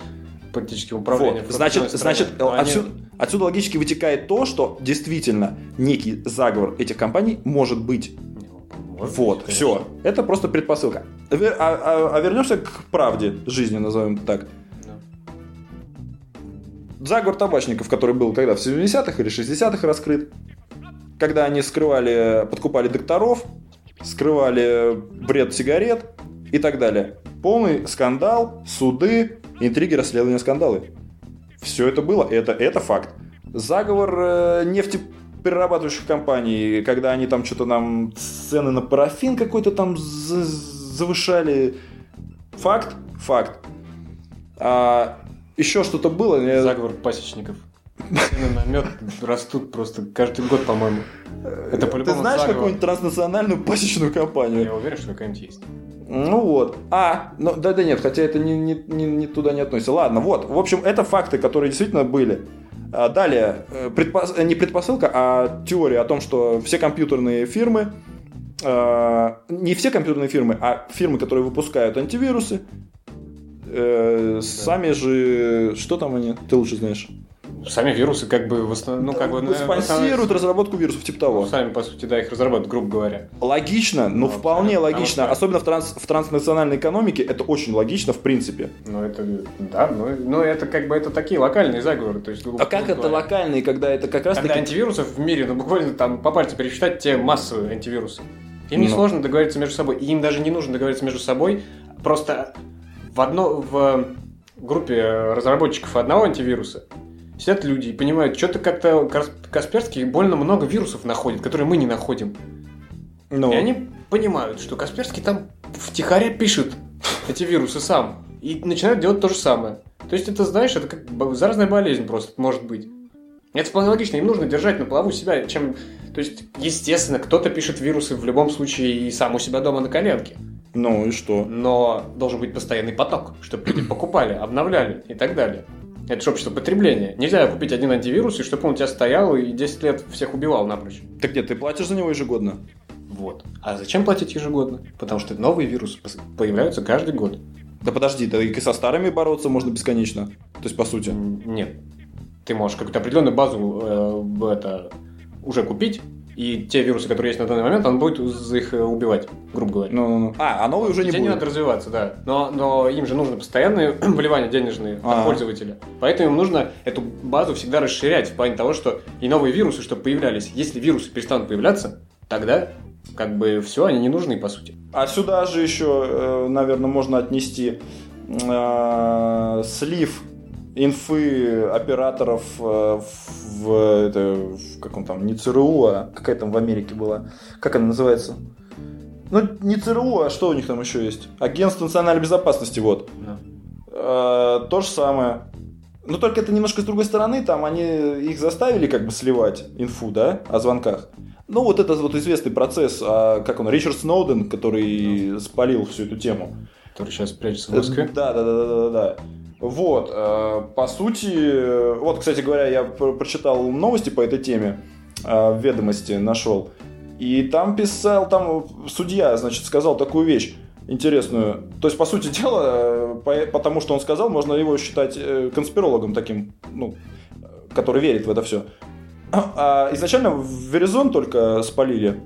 Speaker 2: политическим управлением.
Speaker 1: вот.
Speaker 2: в
Speaker 1: Значит,
Speaker 2: определенной
Speaker 1: значит э,
Speaker 2: стране. Но они-
Speaker 1: отсюда, отсюда логически вытекает то, что действительно некий заговор этих компаний может быть.
Speaker 2: Не, ну, может
Speaker 1: вот,
Speaker 2: быть,
Speaker 1: все. Это просто предпосылка. Вер- А, а- а вернемся к правде жизни, назовем это так.
Speaker 2: конечно.
Speaker 1: Заговор табачников, который был когда в 70-х или 60-х раскрыт, когда они скрывали, подкупали докторов, скрывали бред сигарет и так далее. Полный скандал, суды, интриги, расследования, скандалы. Все это было, это, это факт. Заговор э, нефтеперерабатывающих компаний, когда они там что-то нам цены на парафин какой-то там за- завышали. Факт, факт. еще что-то было.
Speaker 2: Да.
Speaker 1: я-
Speaker 2: Заговор пасечников. Цены на мед растут просто каждый год, по-моему. Это
Speaker 1: Э, Ты
Speaker 2: по-любому
Speaker 1: знаешь
Speaker 2: заговор.
Speaker 1: какую-нибудь транснациональную пасечную компанию?
Speaker 2: Я уверен, что какая-нибудь есть.
Speaker 1: Ну вот. А, ну да, да нет, хотя это не, не- не- не туда не относится. Ладно, вот. В общем, это факты, которые действительно были. А далее, э, предпос- э, не предпосылка, а теория о том, что все компьютерные фирмы, э, не все компьютерные фирмы, а фирмы, которые выпускают антивирусы, э, сами же, что там они, ты лучше знаешь, Э,
Speaker 2: Сами вирусы как бы в основном... Ну, как бы, наверное, в основном-
Speaker 1: спонсируют разработку вирусов, типа того.
Speaker 2: Ну, Сами, по сути, да, их разрабатывают, грубо говоря.
Speaker 1: Логично, ну
Speaker 2: Ну,
Speaker 1: вполне
Speaker 2: абсолютно,
Speaker 1: логично,
Speaker 2: потому что-
Speaker 1: особенно в, транс- в транснациональной экономике это очень логично в принципе.
Speaker 2: Но это, да, но, но это как бы это такие локальные заговоры. То есть,
Speaker 1: А как это локальные, когда это как раз
Speaker 2: Когда
Speaker 1: таки...
Speaker 2: антивирусов в мире, ну буквально там по пальцу пересчитать те массовые антивирусы. Им
Speaker 1: Ну.
Speaker 2: несложно договориться между собой, и им даже не нужно договориться между собой. Просто в одно в группе разработчиков одного антивируса сидят люди и понимают, что-то как-то Кас- Касперский больно много вирусов находит, которые мы не находим.
Speaker 1: Ну,
Speaker 2: И они понимают, что Касперский там втихаря пишет эти вирусы сам. И начинают делать то же самое. То есть это, знаешь, это как бо- заразная болезнь просто, может быть. Это вполне логично, им нужно держать на плаву себя, чем... То есть, естественно, кто-то пишет вирусы в любом случае и сам у себя дома на коленке.
Speaker 1: ну и что?
Speaker 2: Но должен быть постоянный поток, чтобы люди покупали, обновляли и так далее. Это же общество потребления. Нельзя купить один антивирус, и чтобы он у тебя стоял и 10 лет всех убивал напрочь.
Speaker 1: Так нет, ты платишь за него ежегодно?
Speaker 2: Вот. А зачем платить ежегодно? Потому что новые вирусы пос- появляются каждый год.
Speaker 1: Да подожди, да и со старыми бороться можно бесконечно. То есть, по сути.
Speaker 2: М, Нет. Ты можешь какую-то определенную базу э, в это, уже купить, и те вирусы, которые есть на данный момент, он будет за их э, убивать, грубо говоря.
Speaker 1: Ну, ну, ну. А, а новый уже не
Speaker 2: Тебе не
Speaker 1: будет.
Speaker 2: надо развиваться, да. Но, но им же нужно постоянные вливания денежные от
Speaker 1: Ага.
Speaker 2: пользователя. Поэтому им нужно эту базу всегда расширять в плане того, что и новые вирусы, чтобы появлялись. Если вирусы перестанут появляться, тогда как бы все, они не нужны, по сути.
Speaker 1: А сюда же еще, наверное, можно отнести э, слив инфы операторов э, в, это, в как он там, не ЦРУ, а какая там в Америке была, как она называется? Ну, не ЦРУ, а что у них там еще есть? Агентство национальной безопасности, вот. Э, то же самое. Но только это немножко с другой стороны, там они их заставили как бы сливать инфу, да, о звонках. Ну, вот этот вот известный процесс, а, как он, Ричард Сноуден, который спалил всю эту тему. Э,
Speaker 2: Который сейчас прячется в Москве.
Speaker 1: Да, да, да, да, да, да. Вот, э, по сути, э, вот, кстати говоря, я про- прочитал новости по этой теме, э, в ведомости нашел, и там писал, там судья, значит, сказал такую вещь интересную. То есть, по сути дела, э, по- потому что он сказал, можно его считать э, конспирологом таким, ну, э, который верит в это все. А изначально в Verizon только спалили,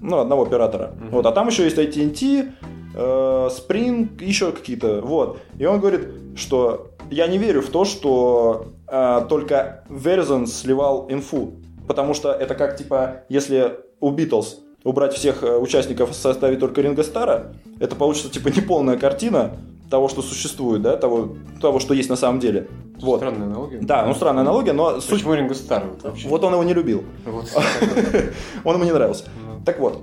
Speaker 1: ну, одного оператора.
Speaker 2: Мгм.
Speaker 1: Вот, а там еще есть AT&T, э, Spring, еще какие-то, вот. И он говорит, что я не верю в то, что э, только Verizon сливал инфу, потому что это как, типа, если у Beatles убрать всех э, участников и составить только Ринга Стара, это получится, типа, неполная картина того, что существует, да, того, того что есть на самом деле. Вот.
Speaker 2: Странная аналогия.
Speaker 1: Да, ну странная аналогия, но суть...
Speaker 2: Почему Ринго Стар вот вообще?
Speaker 1: Вот он его не любил.
Speaker 2: Вот.
Speaker 1: Он ему не нравился.
Speaker 2: Ну,
Speaker 1: Так вот.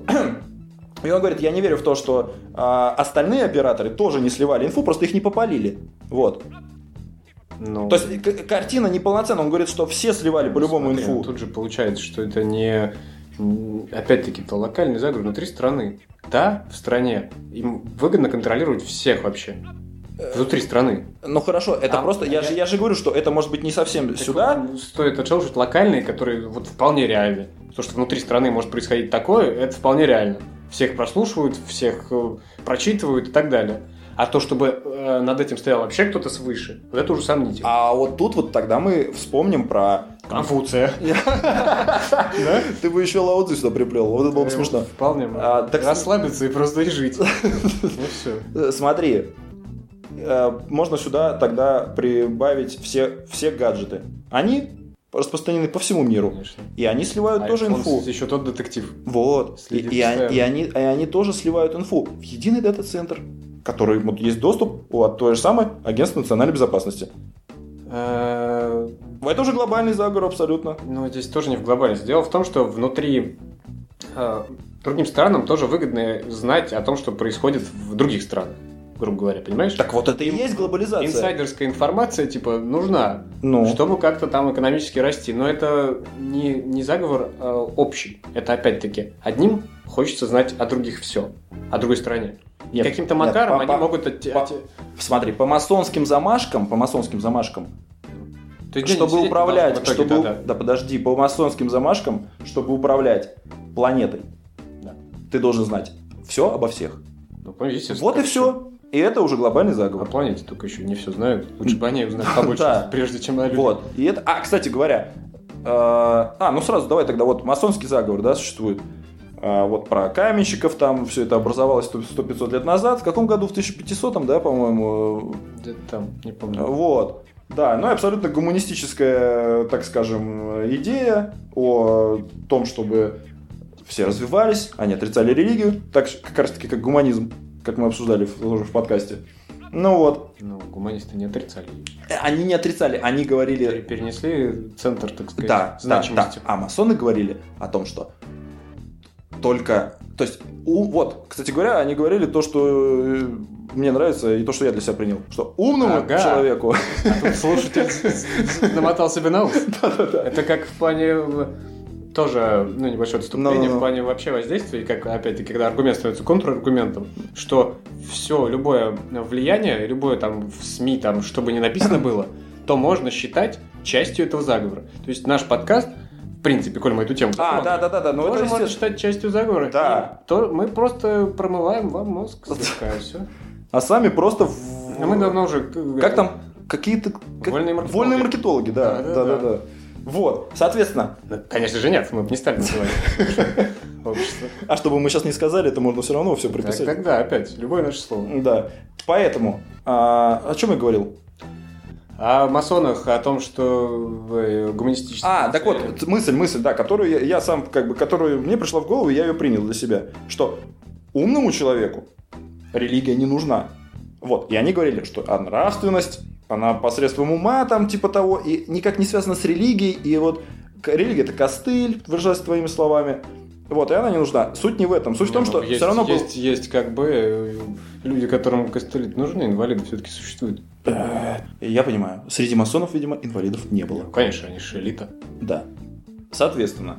Speaker 1: И он говорит, я не верю в то, что а, остальные операторы тоже не сливали инфу, просто их не попалили. Вот.
Speaker 2: ну,
Speaker 1: То есть к- картина неполноценна. Он говорит, что все сливали по-любому
Speaker 2: смотри,
Speaker 1: инфу.
Speaker 2: Тут же получается, что это не м, опять-таки это локальный заговор внутри страны. Да, в стране. Им выгодно контролировать всех вообще. Внутри страны.
Speaker 1: Ну хорошо, это
Speaker 2: А,
Speaker 1: просто, я,
Speaker 2: а
Speaker 1: же,
Speaker 2: я-
Speaker 1: я же говорю, что это может быть не совсем сюда.
Speaker 2: Так вот, стоит отшелушить локальные, которые вот вполне реальны. То, что внутри страны может происходить такое, это вполне реально. Всех прослушивают, всех э, прочитывают и так далее. А то, чтобы э, над этим стоял вообще кто-то свыше, вот это уже сомнительно.
Speaker 1: А вот тут вот тогда мы вспомним про...
Speaker 2: Конфуция. Да?
Speaker 1: Ты бы еще Лао Цзы сюда приплел, вот это было бы
Speaker 2: Э,
Speaker 1: смешно.
Speaker 2: Вполне. можно.
Speaker 1: А, так-
Speaker 2: Расслабиться и просто и жить. Ну все.
Speaker 1: Э, Смотри, э, можно сюда тогда прибавить все, все гаджеты. Они распространены по всему миру.
Speaker 2: Конечно.
Speaker 1: И они сливают Ну, тоже
Speaker 2: А iPhone
Speaker 1: инфу.
Speaker 2: Еще тот детектив.
Speaker 1: Вот. И,
Speaker 2: Следит
Speaker 1: и
Speaker 2: за
Speaker 1: они-
Speaker 2: ставом.
Speaker 1: и они, и они тоже сливают инфу в единый дата-центр, который вот, есть доступ у от той же самой агентства национальной безопасности.
Speaker 2: Э,
Speaker 1: Это уже глобальный заговор абсолютно.
Speaker 2: Ну, здесь тоже не в глобальность. Дело в том, что внутри э, другим странам тоже выгодно знать о том, что происходит в других странах, грубо говоря, понимаешь?
Speaker 1: Так вот это и
Speaker 2: Ин-
Speaker 1: есть глобализация.
Speaker 2: Инсайдерская информация, типа, нужна,
Speaker 1: Ну,
Speaker 2: чтобы как-то там экономически расти. Но это не, не заговор а общий. Это опять-таки одним хочется знать о других все, о другой стране. И
Speaker 1: Нет,
Speaker 2: каким-то
Speaker 1: нет,
Speaker 2: макаром
Speaker 1: по-
Speaker 2: они
Speaker 1: по-
Speaker 2: могут... отте-
Speaker 1: по-
Speaker 2: отте-
Speaker 1: смотри, по масонским замашкам, по масонским замашкам,
Speaker 2: То есть
Speaker 1: чтобы
Speaker 2: сидеть
Speaker 1: управлять,
Speaker 2: в итоге,
Speaker 1: чтобы...
Speaker 2: да,
Speaker 1: Да,
Speaker 2: да.
Speaker 1: подожди, по масонским замашкам, чтобы управлять планетой,
Speaker 2: Да.
Speaker 1: ты должен знать все обо всех.
Speaker 2: Ну, по- естественно,
Speaker 1: Вот и
Speaker 2: как
Speaker 1: все. И это уже глобальный
Speaker 2: О
Speaker 1: заговор.
Speaker 2: планете только еще не все знают. Лучше бы они узнали побольше,
Speaker 1: Да.
Speaker 2: прежде чем на людях.
Speaker 1: Вот. И это. А, кстати говоря, э, а, ну сразу давай тогда вот масонский заговор, да, существует. А, вот про каменщиков там все это образовалось 100-500 лет назад. В каком году? В 1500, да, по-моему.
Speaker 2: Где-то там, не
Speaker 1: э,
Speaker 2: помню.
Speaker 1: Вот. Да, ну и абсолютно гуманистическая, так скажем, идея о том, чтобы все развивались, они отрицали религию, так ж- как раз таки как гуманизм, как мы обсуждали в- тоже в подкасте. Ну вот,
Speaker 2: Ну, гуманисты не отрицали.
Speaker 1: Э, они не отрицали, они говорили,
Speaker 2: Пере- Перенесли центр, так сказать,
Speaker 1: Да, да, да.
Speaker 2: значимости.
Speaker 1: А масоны говорили о том, что только... То есть, у- вот, кстати говоря, они говорили то, что э, мне нравится, и то, что я для себя принял. Что умному
Speaker 2: Ага.
Speaker 1: человеку...
Speaker 2: А тут слушатель з- з- намотал себе на ус.
Speaker 1: Да-да-да.
Speaker 2: Это как в плане э, тоже, ну, небольшое отступление
Speaker 1: Ну-ну-ну.
Speaker 2: в плане вообще воздействия, и как, опять-таки, когда аргумент становится контраргументом, что все, любое влияние, любое там в СМИ, там, что бы ни написано было, то можно считать частью этого заговора. То есть наш подкаст, в принципе, коль мы эту тему
Speaker 1: А,
Speaker 2: затронули,
Speaker 1: да-да-да, ну это
Speaker 2: Тоже можно
Speaker 1: естественно.
Speaker 2: считать частью заговора.
Speaker 1: Да.
Speaker 2: И то мы просто промываем вам мозг слегка, все.
Speaker 1: А сами просто... в-
Speaker 2: А мы давно уже...
Speaker 1: Как там? Какие-то... как-
Speaker 2: Вольные маркетологи.
Speaker 1: Вольные маркетологи, да.
Speaker 2: Да-да-да.
Speaker 1: Да-да-да. Вот, соответственно,
Speaker 2: Ну, Конечно же нет, мы бы не стали называть общество.
Speaker 1: а чтобы мы сейчас не сказали, это можно все равно все
Speaker 2: Так,
Speaker 1: прописать.
Speaker 2: Тогда опять, любое наше слово.
Speaker 1: Да. Поэтому, а, о чем я говорил?
Speaker 2: А О масонах, о том, что э, гуманистические...
Speaker 1: А, так вот, т- мысль, мысль, да, которую я, я сам, как бы, которую мне пришла в голову, и я ее принял для себя, что умному человеку религия не нужна. Вот, и они говорили, что а нравственность, она посредством ума, там, типа того, и никак не связана с религией, и вот к- религия это костыль, выражаясь твоими словами, вот, и она не нужна. Суть не в этом, суть в том,
Speaker 2: Не, ну,
Speaker 1: что
Speaker 2: есть-
Speaker 1: все равно был-
Speaker 2: Есть, есть как бы э, люди, которым костыли нужны, инвалиды все-таки существуют.
Speaker 1: Э, Я понимаю, среди масонов, видимо, инвалидов не было.
Speaker 2: Конечно, они же элита.
Speaker 1: Да. Соответственно,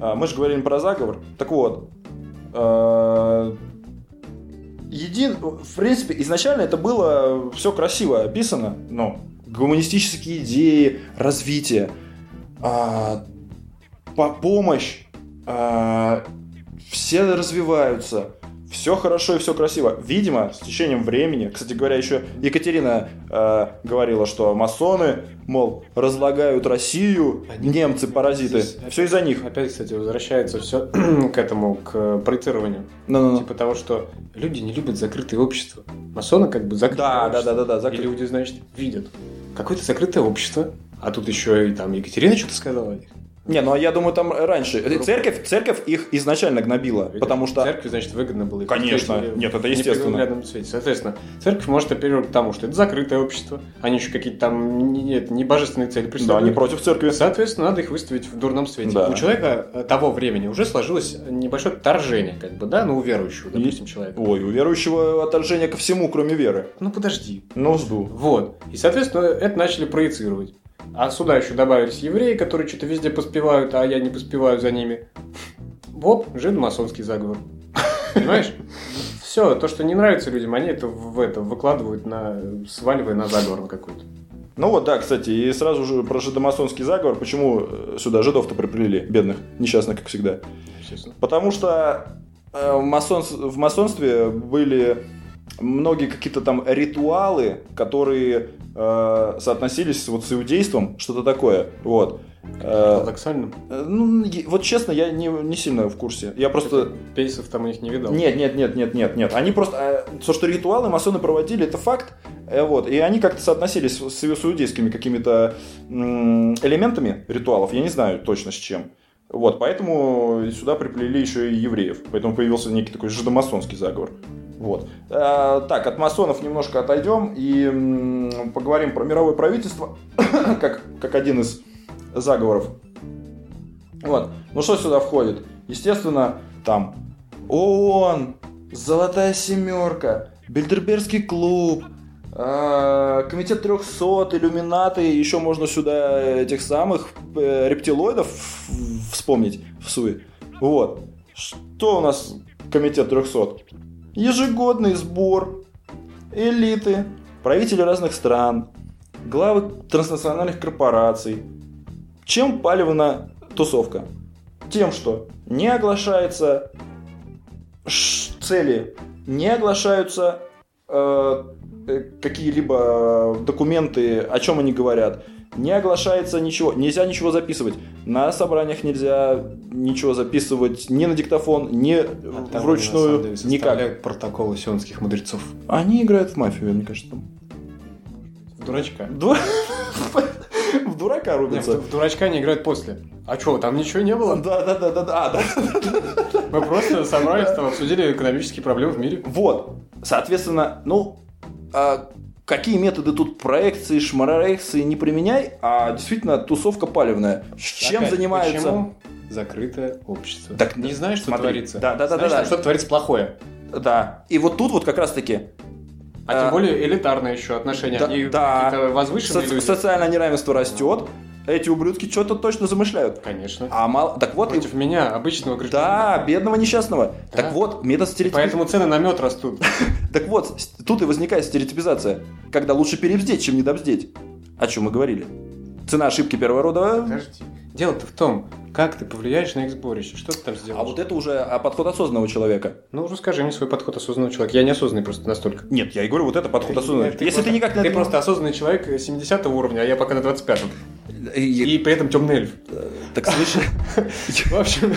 Speaker 1: А, Мы же говорили про заговор. Так вот, э, един, в принципе, изначально это было все красиво описано, но гуманистические идеи, развитие, а, по помощь, а, все развиваются, все хорошо и все красиво. Видимо, с течением времени, кстати говоря, еще Екатерина э, говорила, что масоны, мол, разлагают Россию,
Speaker 2: Они-
Speaker 1: немцы паразиты.
Speaker 2: Здесь-
Speaker 1: Все из-за них.
Speaker 2: Опять, кстати, возвращается все к этому, к э, проецированию.
Speaker 1: Ну-ну-ну.
Speaker 2: Типа того, что люди не любят закрытые общества. Масоны как бы закрытые
Speaker 1: Да, да, да, да, да,
Speaker 2: И
Speaker 1: закрыт.
Speaker 2: люди, значит, видят. Какое-то закрытое общество. А тут еще и там Екатерина что-то сказала о них.
Speaker 1: Не, ну а я думаю, там раньше. э,
Speaker 2: Группа.
Speaker 1: Церковь, церковь их изначально гнобила,
Speaker 2: Видишь,
Speaker 1: потому что.
Speaker 2: Церкви, значит, выгодно было. их
Speaker 1: Конечно.
Speaker 2: представители
Speaker 1: Нет, это
Speaker 2: в
Speaker 1: естественно.
Speaker 2: неприглядном свете. Соответственно, церковь может апеллировать к тому, что это закрытое общество. Они еще какие-то там не- нет, небожественные цели
Speaker 1: Да,
Speaker 2: преследуют.
Speaker 1: они против церкви.
Speaker 2: Соответственно, надо их выставить в дурном свете.
Speaker 1: Да.
Speaker 2: У человека э, того времени уже сложилось небольшое торжение, как бы, да, ну, у верующего,
Speaker 1: И-
Speaker 2: допустим, человека.
Speaker 1: Ой, у верующего отторжение ко всему, кроме веры.
Speaker 2: Ну, подожди.
Speaker 1: Ну, сду.
Speaker 2: Вот. И, соответственно, это начали проецировать. А сюда еще добавились евреи, которые что-то везде поспевают, а я не поспеваю за ними. Воп, жидомасонский заговор. Понимаешь? Все, то, что не нравится людям, они это, в это выкладывают, на, сваливая на заговор на какой-то.
Speaker 1: Ну вот, да, кстати, и сразу же про жидомасонский заговор. Почему э, сюда жидов-то приплели, бедных, несчастных, как всегда.
Speaker 2: Естественно.
Speaker 1: Потому что э, в, масон- в масонстве были многие какие-то там ритуалы, которые э, соотносились вот с иудейством, что-то такое. Вот. Э,
Speaker 2: Парадоксально.
Speaker 1: э, ну, е- вот честно, я не, не сильно в курсе. Я просто...
Speaker 2: Пейсов там у них не видал.
Speaker 1: Нет, нет, нет, нет, нет, нет. Они просто... э, то, что ритуалы масоны проводили, это факт. Э, вот. И они как-то соотносились с, с иудейскими какими-то м, элементами ритуалов. Я не знаю точно с чем. Вот, поэтому сюда приплели еще и евреев. Поэтому появился некий такой жидомасонский заговор. Вот. Э, так, от масонов немножко отойдем и м, поговорим про мировое правительство, как, как один из заговоров. Вот. Ну что сюда входит? Естественно, там ООН, Золотая Семерка, Бильдербергский клуб, э, Комитет 300, Иллюминаты, еще можно сюда этих самых э, рептилоидов в- вспомнить в суе. Вот. Что у нас Комитет 300? Ежегодный сбор элиты, правители разных стран, главы транснациональных корпораций. Чем палевна тусовка? Тем, что не оглашается ш- цели не оглашаются э, э, какие-либо документы, о чем они говорят. Не оглашается ничего, нельзя ничего записывать. На собраниях нельзя ничего записывать ни на диктофон, ни
Speaker 2: А там они, на
Speaker 1: вручную,
Speaker 2: самом деле,
Speaker 1: никак.
Speaker 2: составляют протоколы сионских мудрецов.
Speaker 1: Они играют в мафию, мне кажется. там.
Speaker 2: В дурачка.
Speaker 1: Ду- В дурака
Speaker 2: Не, в,
Speaker 1: рубятся.
Speaker 2: в дурачка они играют после. А чё, там ничего не
Speaker 1: Да,
Speaker 2: было?
Speaker 1: да, да, да, да, а, да.
Speaker 2: Мы просто собрались, там обсудили экономические проблемы в мире.
Speaker 1: Вот, соответственно, ну, а какие методы тут проекции, шмарорекции не применяй, а действительно тусовка палевная. С чем
Speaker 2: Опять,
Speaker 1: занимаются?
Speaker 2: Почему закрытое общество?
Speaker 1: Так,
Speaker 2: не знаешь, что
Speaker 1: смотри.
Speaker 2: творится.
Speaker 1: Да, да, да,
Speaker 2: Знаешь,
Speaker 1: да,
Speaker 2: там
Speaker 1: да.
Speaker 2: Что творится плохое.
Speaker 1: Да, и вот тут вот как раз-таки
Speaker 2: А,
Speaker 1: А,
Speaker 2: тем более элитарное еще отношение.
Speaker 1: да,
Speaker 2: Они
Speaker 1: да.
Speaker 2: какие-то возвышенные
Speaker 1: соци-
Speaker 2: люди.
Speaker 1: социальное неравенство растет, эти ублюдки что-то точно замышляют.
Speaker 2: Конечно.
Speaker 1: А мало... Так вот... и-
Speaker 2: Против меня, обычного гражданина.
Speaker 1: Да, бедного несчастного.
Speaker 2: Да.
Speaker 1: Так вот, метод стереотипизации.
Speaker 2: Поэтому цены на мед растут.
Speaker 1: Так вот, с- тут и возникает стереотипизация, когда лучше перебздеть, чем недобздеть. О чем мы говорили. Цена ошибки первого рода.
Speaker 2: Подожди. Дело-то в том, как ты повлияешь на их сборище. Что ты там сделаешь?
Speaker 1: А вот это уже а, подход осознанного человека.
Speaker 2: Ну, расскажи мне свой подход осознанного человека. Я неосознанный просто настолько.
Speaker 1: Нет, я и говорю, вот Э, это подход осознанный.
Speaker 2: Ты-
Speaker 1: Если
Speaker 2: просто-
Speaker 1: ты никак на
Speaker 2: Ты
Speaker 1: это-
Speaker 2: просто осознанный человек 70 уровня, а я пока на 25-м.
Speaker 1: Э, И- э,
Speaker 2: И при этом темный эльф.
Speaker 1: Так слышишь?
Speaker 2: В общем,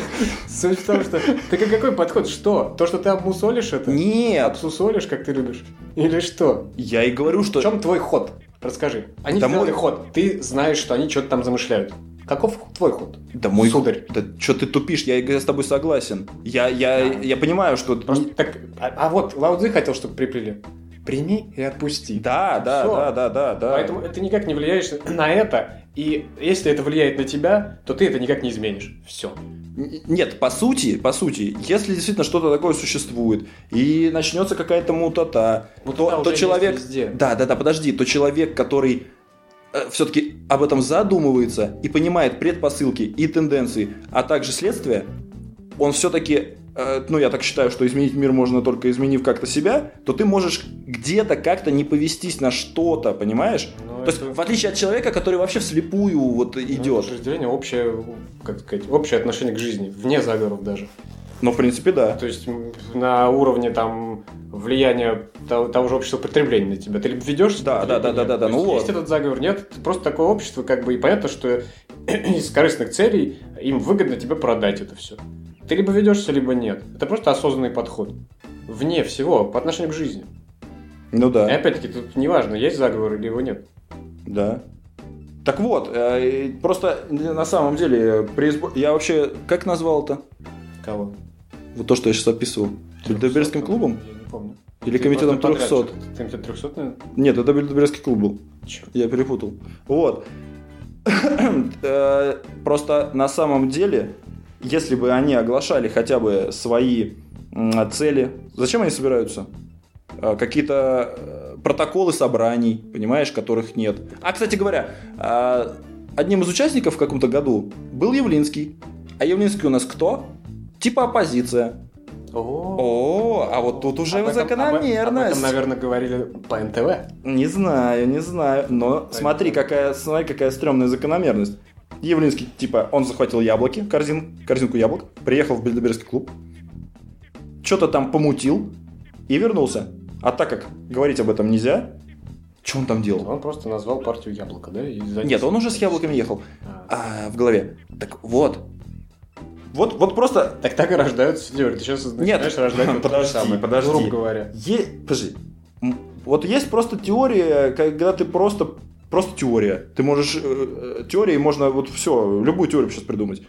Speaker 2: суть в том, что... Так а какой подход? Что? То, что ты обмусолишь это?
Speaker 1: Нет,
Speaker 2: Обсусолишь, как ты любишь? Или что?
Speaker 1: я и говорю,
Speaker 2: В
Speaker 1: что...
Speaker 2: чем твой ход? Расскажи. Они
Speaker 1: Да
Speaker 2: сделали
Speaker 1: мой-
Speaker 2: ход. Ты знаешь, что они что-то там замышляют. Каков твой ход?
Speaker 1: Да мой...
Speaker 2: Сударь.
Speaker 1: Да что ты тупишь, я и с тобой согласен. Я, я,
Speaker 2: Да.
Speaker 1: я понимаю, что...
Speaker 2: Просто так... А, а вот, Лао Цзы хотел, чтобы приплели. Прими и отпусти.
Speaker 1: Да, да,
Speaker 2: Всё.
Speaker 1: да, да, да, да.
Speaker 2: Поэтому ты никак не влияешь на это, и если это влияет на тебя, то ты это никак не изменишь. Все.
Speaker 1: Н- Нет, по сути, по сути, если действительно что-то такое существует, и начнется Ну,
Speaker 2: Ну,
Speaker 1: какая-то мутата, то, то человек... Да, да, да, подожди, то человек, который э, все-таки об этом задумывается и понимает предпосылки и тенденции, а также следствие, он все-таки, ну я так считаю, что изменить мир можно только изменив как-то себя, то ты можешь где-то как-то не повестись на что-то, понимаешь?
Speaker 2: Ну,
Speaker 1: то есть
Speaker 2: это-
Speaker 1: в отличие от человека, который вообще вслепую вот
Speaker 2: Ну,
Speaker 1: идет.
Speaker 2: это же разделение общее, как сказать, общее отношение к жизни, вне заговоров даже.
Speaker 1: Ну, в принципе, да.
Speaker 2: То есть м, на уровне там влияния того, того же общества потребления на тебя. Ты либо ведешь
Speaker 1: Да, да, да, да, да, да, ну вот.
Speaker 2: Есть этот заговор, нет, это просто такое общество, как бы, и понятно, что из корыстных целей им выгодно тебе продать это все. Ты либо ведешься, либо нет. Это просто осознанный подход. Вне всего, по отношению к жизни.
Speaker 1: Ну да.
Speaker 2: И опять-таки, тут неважно, есть заговор или его нет.
Speaker 1: Да. Так вот, э, и просто на самом деле, э, при избо- я вообще как назвал это?
Speaker 2: Кого?
Speaker 1: Вот то, что я сейчас описывал. Дельдоберским клубом?
Speaker 2: Я не помню.
Speaker 1: Или комитетом 300?
Speaker 2: Комитет 300, наверное?
Speaker 1: Нет, это Дельдоберский клуб был.
Speaker 2: Чё?
Speaker 1: Я перепутал. Вот. Э, Просто на самом деле, если бы они оглашали хотя бы свои м, цели, зачем они собираются? Э, Какие-то э, протоколы собраний, понимаешь, которых нет. А, кстати говоря, э, одним из участников в каком-то году был Явлинский. А Явлинский у нас кто? Типа оппозиция.
Speaker 2: О,
Speaker 1: О, а вот тут уже
Speaker 2: Об этом- об этом- Об
Speaker 1: закономерность.
Speaker 2: этом, наверное, говорили по НТВ.
Speaker 1: Не знаю, не знаю. Но
Speaker 2: Так,
Speaker 1: смотри,
Speaker 2: так.
Speaker 1: какая, смотри, какая стрёмная закономерность. Явлинский, типа, он захватил яблоки, корзин, корзинку яблок, приехал в Бельдеберский клуб, что-то там помутил и вернулся. А так как говорить об этом нельзя, что он там делал?
Speaker 2: Он просто назвал партию яблоко, да? и занес.
Speaker 1: Нет, он уже с яблоками ехал
Speaker 2: А.
Speaker 1: а, в голове. Так вот. Вот, вот просто
Speaker 2: Так так и рождаются теории. Ты сейчас начинаешь рождать вот то же
Speaker 1: подожди,
Speaker 2: самое,
Speaker 1: подожди.
Speaker 2: грубо говоря.
Speaker 1: Е- Подожди. М, Вот есть просто теория, когда ты просто просто теория. Ты можешь э, э, теорией можно вот все любую теорию сейчас придумать.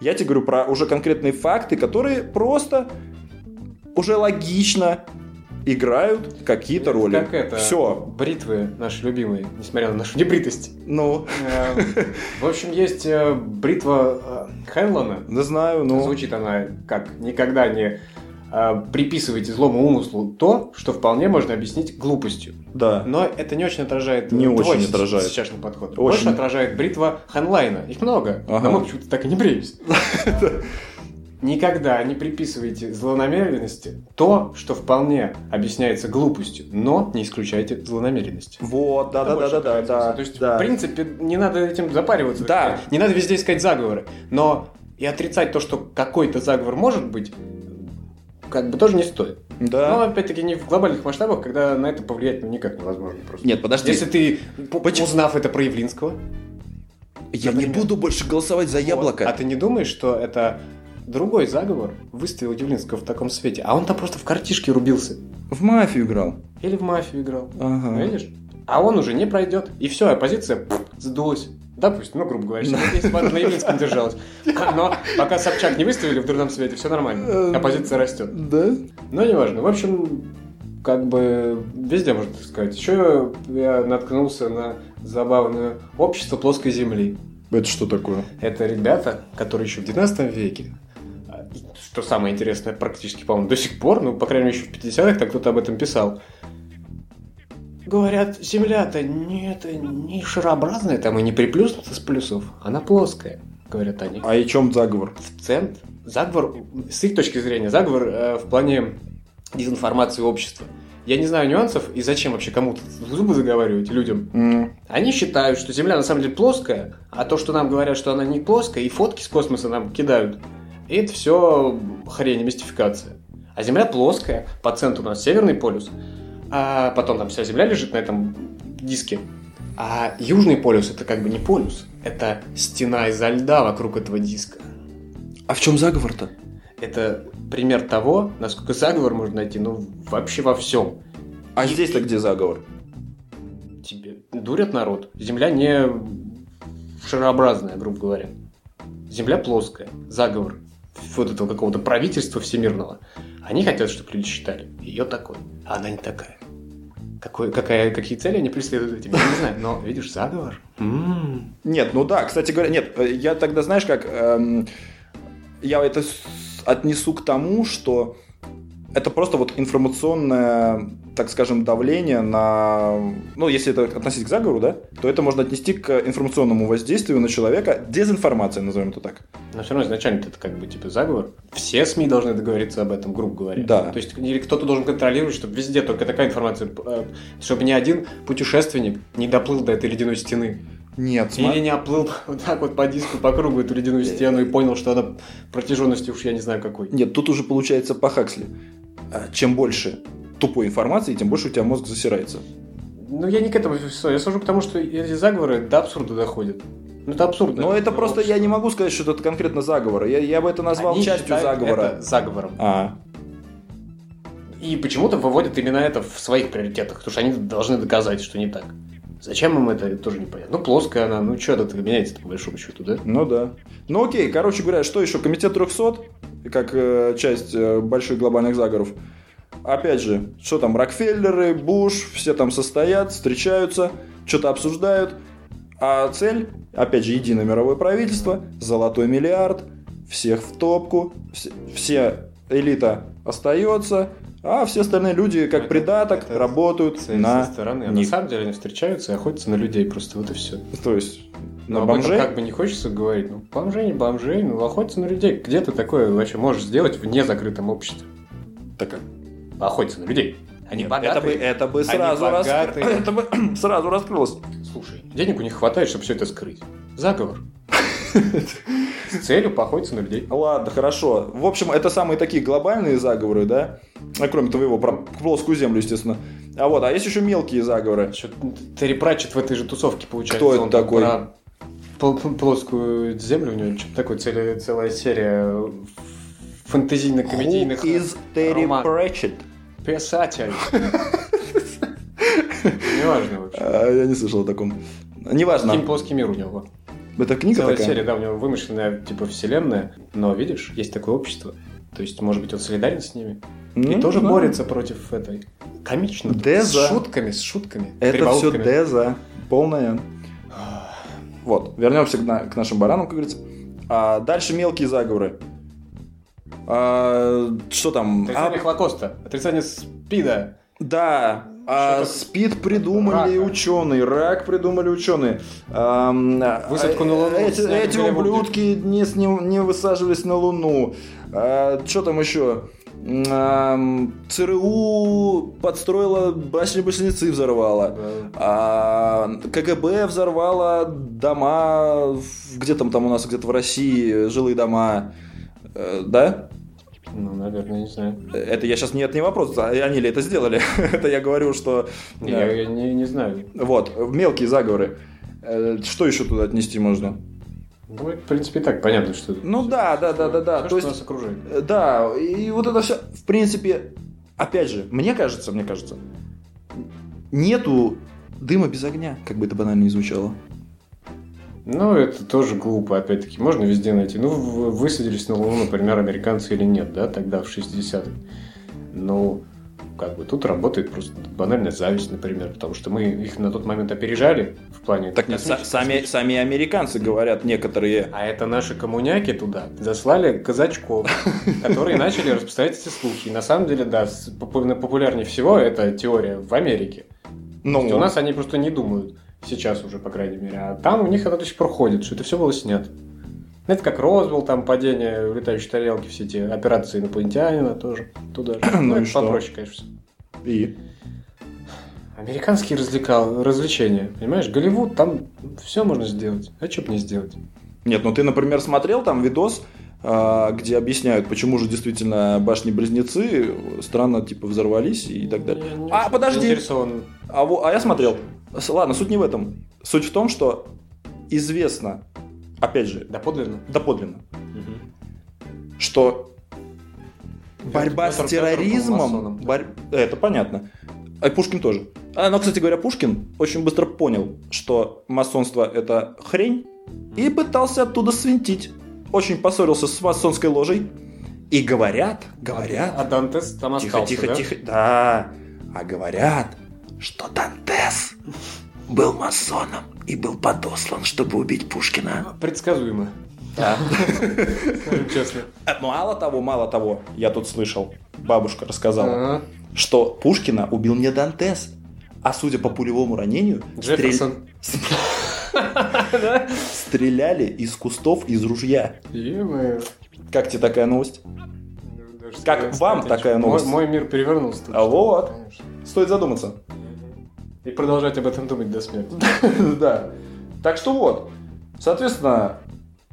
Speaker 1: Я тебе говорю про уже конкретные факты, которые просто уже логично играют какие-то
Speaker 2: Это
Speaker 1: роли.
Speaker 2: Как это?
Speaker 1: Все.
Speaker 2: Бритвы наши любимые, несмотря на нашу небритость.
Speaker 1: Ну,
Speaker 2: Э, В общем, есть э, бритва э, Хэнлона.
Speaker 1: не знаю, ну.
Speaker 2: Звучит она как «Никогда не э, приписывайте злому умыслу то, что вполне можно объяснить глупостью».
Speaker 1: Да.
Speaker 2: Но это не очень отражает
Speaker 1: Не
Speaker 2: э,
Speaker 1: очень
Speaker 2: твой с-
Speaker 1: отражает.
Speaker 2: сейчасшний подход.
Speaker 1: Очень.
Speaker 2: Больше отражает бритва Ханлайна. Их много,
Speaker 1: Ага.
Speaker 2: но мы почему-то так и не бреемся. Никогда не приписывайте злонамеренности то, что вполне объясняется глупостью, но не исключайте злонамеренности.
Speaker 1: Вот, да,
Speaker 2: Это
Speaker 1: да, да,
Speaker 2: больше
Speaker 1: да, да,
Speaker 2: отражает
Speaker 1: да.
Speaker 2: смысл. То есть,
Speaker 1: да.
Speaker 2: в принципе, не надо этим запариваться.
Speaker 1: Да.
Speaker 2: Не надо везде искать заговоры. Но и отрицать то, что какой-то заговор может быть, как бы тоже не стоит. Но
Speaker 1: Да.
Speaker 2: опять-таки не в глобальных масштабах, когда на это повлиять ну, никак невозможно просто.
Speaker 1: Нет, подожди.
Speaker 2: Если ты, п-
Speaker 1: Почему?
Speaker 2: узнав это про Явлинского,
Speaker 1: Я не
Speaker 2: например.
Speaker 1: буду больше голосовать за яблоко.
Speaker 2: вот, а ты не думаешь, что это другой заговор выставил Явлинского в таком свете, а он там просто в картишке рубился.
Speaker 1: В мафию играл.
Speaker 2: Или в мафию играл.
Speaker 1: Ага.
Speaker 2: Видишь? А он уже не пройдет. И все, оппозиция пф, сдулась. Допустим, ну, грубо говоря, если бы она на Явлинском держалась. Но пока Собчак не выставили в дурном свете, все
Speaker 1: Эм.
Speaker 2: нормально. Оппозиция растет.
Speaker 1: Да?
Speaker 2: Ну, неважно. В общем, как бы везде можно так сказать. Еще я наткнулся на забавное общество плоской земли.
Speaker 1: Это что такое?
Speaker 2: Это ребята, которые еще в 19 веке, а, и что самое интересное, практически, по-моему, до сих пор, ну, по крайней мере, еще в 50-х так кто-то об этом писал, говорят, земля-то не, это не шарообразная, там и не приплюснута с плюсов, она плоская, говорят они.
Speaker 1: А и чем заговор?
Speaker 2: в цент. Заговор, с их точки зрения, заговор э, в плане дезинформации общества. Я не знаю нюансов и зачем вообще кому-то зубы заговаривать людям. Они считают, что Земля на самом деле плоская, а то, что нам говорят, что она не плоская, и фотки с космоса нам кидают, и это все хрень, мистификация. А Земля плоская, по центру у нас Северный полюс, а потом там вся Земля лежит на этом диске. А Южный полюс это как бы не полюс, это стена изо льда вокруг этого диска.
Speaker 1: А в чем заговор-то?
Speaker 2: Это пример того, насколько заговор можно найти, ну, вообще во всем.
Speaker 1: А здесь-то где заговор?
Speaker 2: Тебе дурят народ. Земля не шарообразная, грубо говоря. Земля плоская. Заговор вот этого какого-то правительства всемирного. Они хотят, чтобы люди считали ее такой, а она не такая. Какой, какая, какие цели они преследуют этим, я не знаю. Но, видишь, заговор. М.
Speaker 1: Нет, ну да, кстати говоря, нет, э, я тогда, знаешь, как эм, я это с- отнесу к тому, что это просто вот информационное, так скажем, давление на... Ну, если это относить к заговору, да, то это можно отнести к информационному воздействию на человека, дезинформация, назовем это так.
Speaker 2: Но все равно изначально это как бы типа заговор. Все СМИ должны договориться об этом, грубо говоря.
Speaker 1: Да.
Speaker 2: То есть или кто-то должен контролировать, чтобы везде только такая информация, э, чтобы ни один путешественник не доплыл до этой ледяной стены.
Speaker 1: Нет,
Speaker 2: Или не оплыл вот так вот по диску, по кругу эту ледяную стену и понял, что она протяженностью уж я не знаю какой.
Speaker 1: Нет, тут уже получается по Хаксли. А, Чем больше тупой информации, тем больше у тебя мозг засирается.
Speaker 2: Ну, я не к этому сужу. Я сужу к тому, что эти заговоры до абсурда доходят. Ну, это абсурдно.
Speaker 1: Но это просто я не могу сказать, что это конкретно заговор. Я, я бы это назвал
Speaker 2: Они
Speaker 1: частью
Speaker 2: считают
Speaker 1: заговора.
Speaker 2: это заговором.
Speaker 1: А,
Speaker 2: И почему-то выводят именно это в своих приоритетах, потому что они должны доказать, что не так. Зачем им это, тоже непонятно. Ну, плоская она, ну, что это меняется по большому счету, да?
Speaker 1: ну да. Ну окей, короче говоря, что еще? Комитет 300, как э, часть э, больших глобальных заговоров. Опять же, что там, Рокфеллеры, Буш, все там состоят, встречаются, что-то обсуждают. А цель, опять же, единое мировое правительство, золотой миллиард, всех в топку, все, все элита остается, а все остальные люди, как
Speaker 2: Это-
Speaker 1: придаток,
Speaker 2: это
Speaker 1: работают
Speaker 2: Со-
Speaker 1: на...
Speaker 2: со стороны. А на
Speaker 1: них.
Speaker 2: самом деле они встречаются и охотятся на людей просто, вот и все.
Speaker 1: То есть, на
Speaker 2: Ну, об этом
Speaker 1: бомжей?
Speaker 2: как бы не хочется говорить, ну, бомжей, не бомжей, ну, охотятся на людей. Где ты такое вообще можешь сделать в незакрытом обществе?
Speaker 1: Так, а-
Speaker 2: Охотятся на людей. Они
Speaker 1: Нет,
Speaker 2: богатые.
Speaker 1: Это бы, э, это бы
Speaker 2: Они
Speaker 1: сразу, раскры-
Speaker 2: богатые.
Speaker 1: это бы сразу раскрылось.
Speaker 2: Слушай, денег у них хватает, чтобы все это скрыть. Заговор. С целью походиться на людей.
Speaker 1: Ладно, хорошо. В общем, это самые такие глобальные заговоры, да? А кроме твоего, про плоскую землю, естественно. А вот, а есть еще мелкие заговоры.
Speaker 2: Чё, Терри Пратчетт в этой же тусовке получается.
Speaker 1: Кто это
Speaker 2: он там
Speaker 1: такой?
Speaker 2: про пл- пл- плоскую землю у него что-то такое, целая, целая серия фэнтезийно-комедийных
Speaker 1: Who is Terry
Speaker 2: роман.
Speaker 1: Pratchett?
Speaker 2: писателей. Неважно вообще.
Speaker 1: А, я не слышал о таком. Неважно.
Speaker 2: Каким плоский мир у него.
Speaker 1: Это книга
Speaker 2: Целая
Speaker 1: такая?
Speaker 2: серия, да, у него вымышленная типа вселенная. Но видишь, есть такое общество. То есть, может быть, он солидарен с ними.
Speaker 1: М,
Speaker 2: И тоже
Speaker 1: Ну, да.
Speaker 2: борется против этой. Комично.
Speaker 1: Деза.
Speaker 2: С шутками, с шутками.
Speaker 1: Это все
Speaker 2: прибаутками.
Speaker 1: Деза. Полная.
Speaker 2: Ах,
Speaker 1: Вот, вернемся к, на- к нашим баранам, как говорится. А дальше мелкие заговоры. А, что там?
Speaker 2: Отрицание
Speaker 1: А,
Speaker 2: Холокоста, отрицание СПИДа.
Speaker 1: Да, а,
Speaker 2: Что-то-
Speaker 1: СПИД придумали
Speaker 2: Рака.
Speaker 1: ученые, рак придумали ученые. Ам, а,
Speaker 2: Высадку на Луну
Speaker 1: Эти,
Speaker 2: сняли
Speaker 1: эти
Speaker 2: голливудник.
Speaker 1: ублюдки не, с ним- не высаживались на Луну. А, что там еще? Ам, ЦРУ подстроила башню Близнецы взорвала.
Speaker 2: Ну,
Speaker 1: А, КГБ взорвала дома, в- где там там у нас, где-то в России, жилые дома. Э, да?
Speaker 2: Ну, наверное, не знаю.
Speaker 1: Это я сейчас нет, не вопрос, а они ли это сделали. это я говорю, что
Speaker 2: Не, Я, я не, не знаю.
Speaker 1: вот, мелкие заговоры. Э, Что еще туда отнести можно?
Speaker 2: Ну, это, в принципе, и так понятно, что...
Speaker 1: Ну да, да, да, да, да.
Speaker 2: Всё,
Speaker 1: То
Speaker 2: что
Speaker 1: есть,
Speaker 2: нас окружает.
Speaker 1: э, да, и вот это все, в принципе, опять же, мне кажется, мне кажется, нету дыма без огня, как бы это банально не звучало.
Speaker 2: Ну, это тоже глупо, опять-таки. Можно везде найти. Ну, в- высадились на Луну, например, американцы или нет, да, тогда в 60-х. Ну, как бы тут работает просто банальная зависть, например, потому что мы их на тот момент опережали в плане...
Speaker 1: Так нет, са-
Speaker 2: космических-
Speaker 1: сами, сами американцы говорят некоторые.
Speaker 2: А это наши коммуняки туда заслали казачков, которые начали распространять эти слухи. И на самом деле, да, с- попу- на- популярнее всего эта теория в Америке.
Speaker 1: Ну,
Speaker 2: То есть У нас они просто не думают сейчас уже, по крайней мере. А там у них это до сих пор ходит, что это все было снято. Это как Розвелл, там падение летающей тарелки, все эти операции инопланетянина тоже туда же.
Speaker 1: Ну и
Speaker 2: это
Speaker 1: что?
Speaker 2: попроще, конечно.
Speaker 1: и
Speaker 2: Американские развлекал, развлечения, понимаешь? Голливуд, там все можно сделать. А что бы не сделать?
Speaker 1: Нет, ну ты, например, смотрел там видос, а, где объясняют, почему же действительно башни-близнецы странно типа взорвались и так далее.
Speaker 2: Я не
Speaker 1: А,
Speaker 2: очень
Speaker 1: подожди.
Speaker 2: заинтересован.
Speaker 1: А, во- а я смотрел. С- Ладно, суть не в этом. Суть в том, что известно, опять же,
Speaker 2: Да подлинно.
Speaker 1: доподлинно, что борьба
Speaker 2: Пётр
Speaker 1: с
Speaker 2: Пётров был
Speaker 1: терроризмом...
Speaker 2: масоном.
Speaker 1: борь- э, Это понятно. А Пушкин тоже. А, но, кстати говоря, Пушкин очень быстро понял, что масонство это хрень, и пытался оттуда свинтить. Очень поссорился с масонской ложей. И говорят, говорят,
Speaker 2: А Дантес там
Speaker 1: Тихо,
Speaker 2: остался,
Speaker 1: тихо,
Speaker 2: да?
Speaker 1: тихо. Да. А говорят, что Дантес был масоном и был подослан, чтобы убить Пушкина.
Speaker 2: Предсказуемо.
Speaker 1: Да.
Speaker 2: Скажем честно.
Speaker 1: Мало того, мало того, я тут слышал, бабушка рассказала,
Speaker 2: Ага.
Speaker 1: что Пушкина убил не Дантес, а судя по пулевому ранению, стрель-
Speaker 2: Джефферсон. Да?
Speaker 1: стреляли из кустов из ружья.
Speaker 2: Е-мое.
Speaker 1: Как тебе такая новость?
Speaker 2: Ну, даже
Speaker 1: Как
Speaker 2: сказать,
Speaker 1: вам
Speaker 2: смотрите,
Speaker 1: такая
Speaker 2: мой-
Speaker 1: новость?
Speaker 2: Мой мир перевернулся. тут
Speaker 1: А
Speaker 2: что-то,
Speaker 1: вот.
Speaker 2: конечно.
Speaker 1: Стоит задуматься.
Speaker 2: И продолжать об этом думать до смерти.
Speaker 1: Да. Так что вот. Соответственно,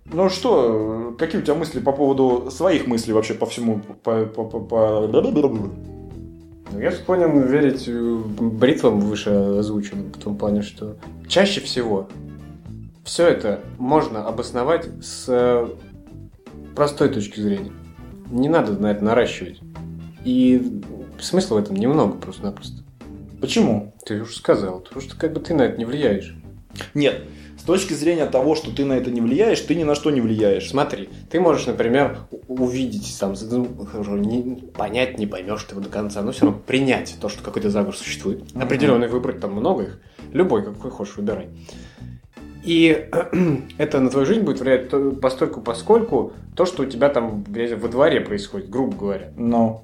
Speaker 1: ну что, какие у тебя мысли по поводу своих мыслей вообще по всему? По, по- по- по-
Speaker 2: Ну, Я склонен верить э, бритвам выше озвученным, в том плане, что чаще всего все это можно обосновать с э, простой точки зрения. Не надо на это наращивать. И смысла в этом немного просто-напросто.
Speaker 1: Почему?
Speaker 2: Ты уже сказал, потому что как бы ты на это не влияешь.
Speaker 1: Нет. С точки зрения того, что ты на это не влияешь, ты ни на что не влияешь.
Speaker 2: Смотри, ты можешь, например, у- увидеть там, з- ну, хорошо, не- понять не поймешь ты его до конца, но все равно принять то, что какой-то заговор существует.
Speaker 1: Мгм.
Speaker 2: Определенный выбрать там много их, любой какой хочешь выбирай. И это на твою жизнь будет влиять то- постольку, поскольку то, что у тебя там где-то во дворе происходит, грубо говоря.
Speaker 1: Но.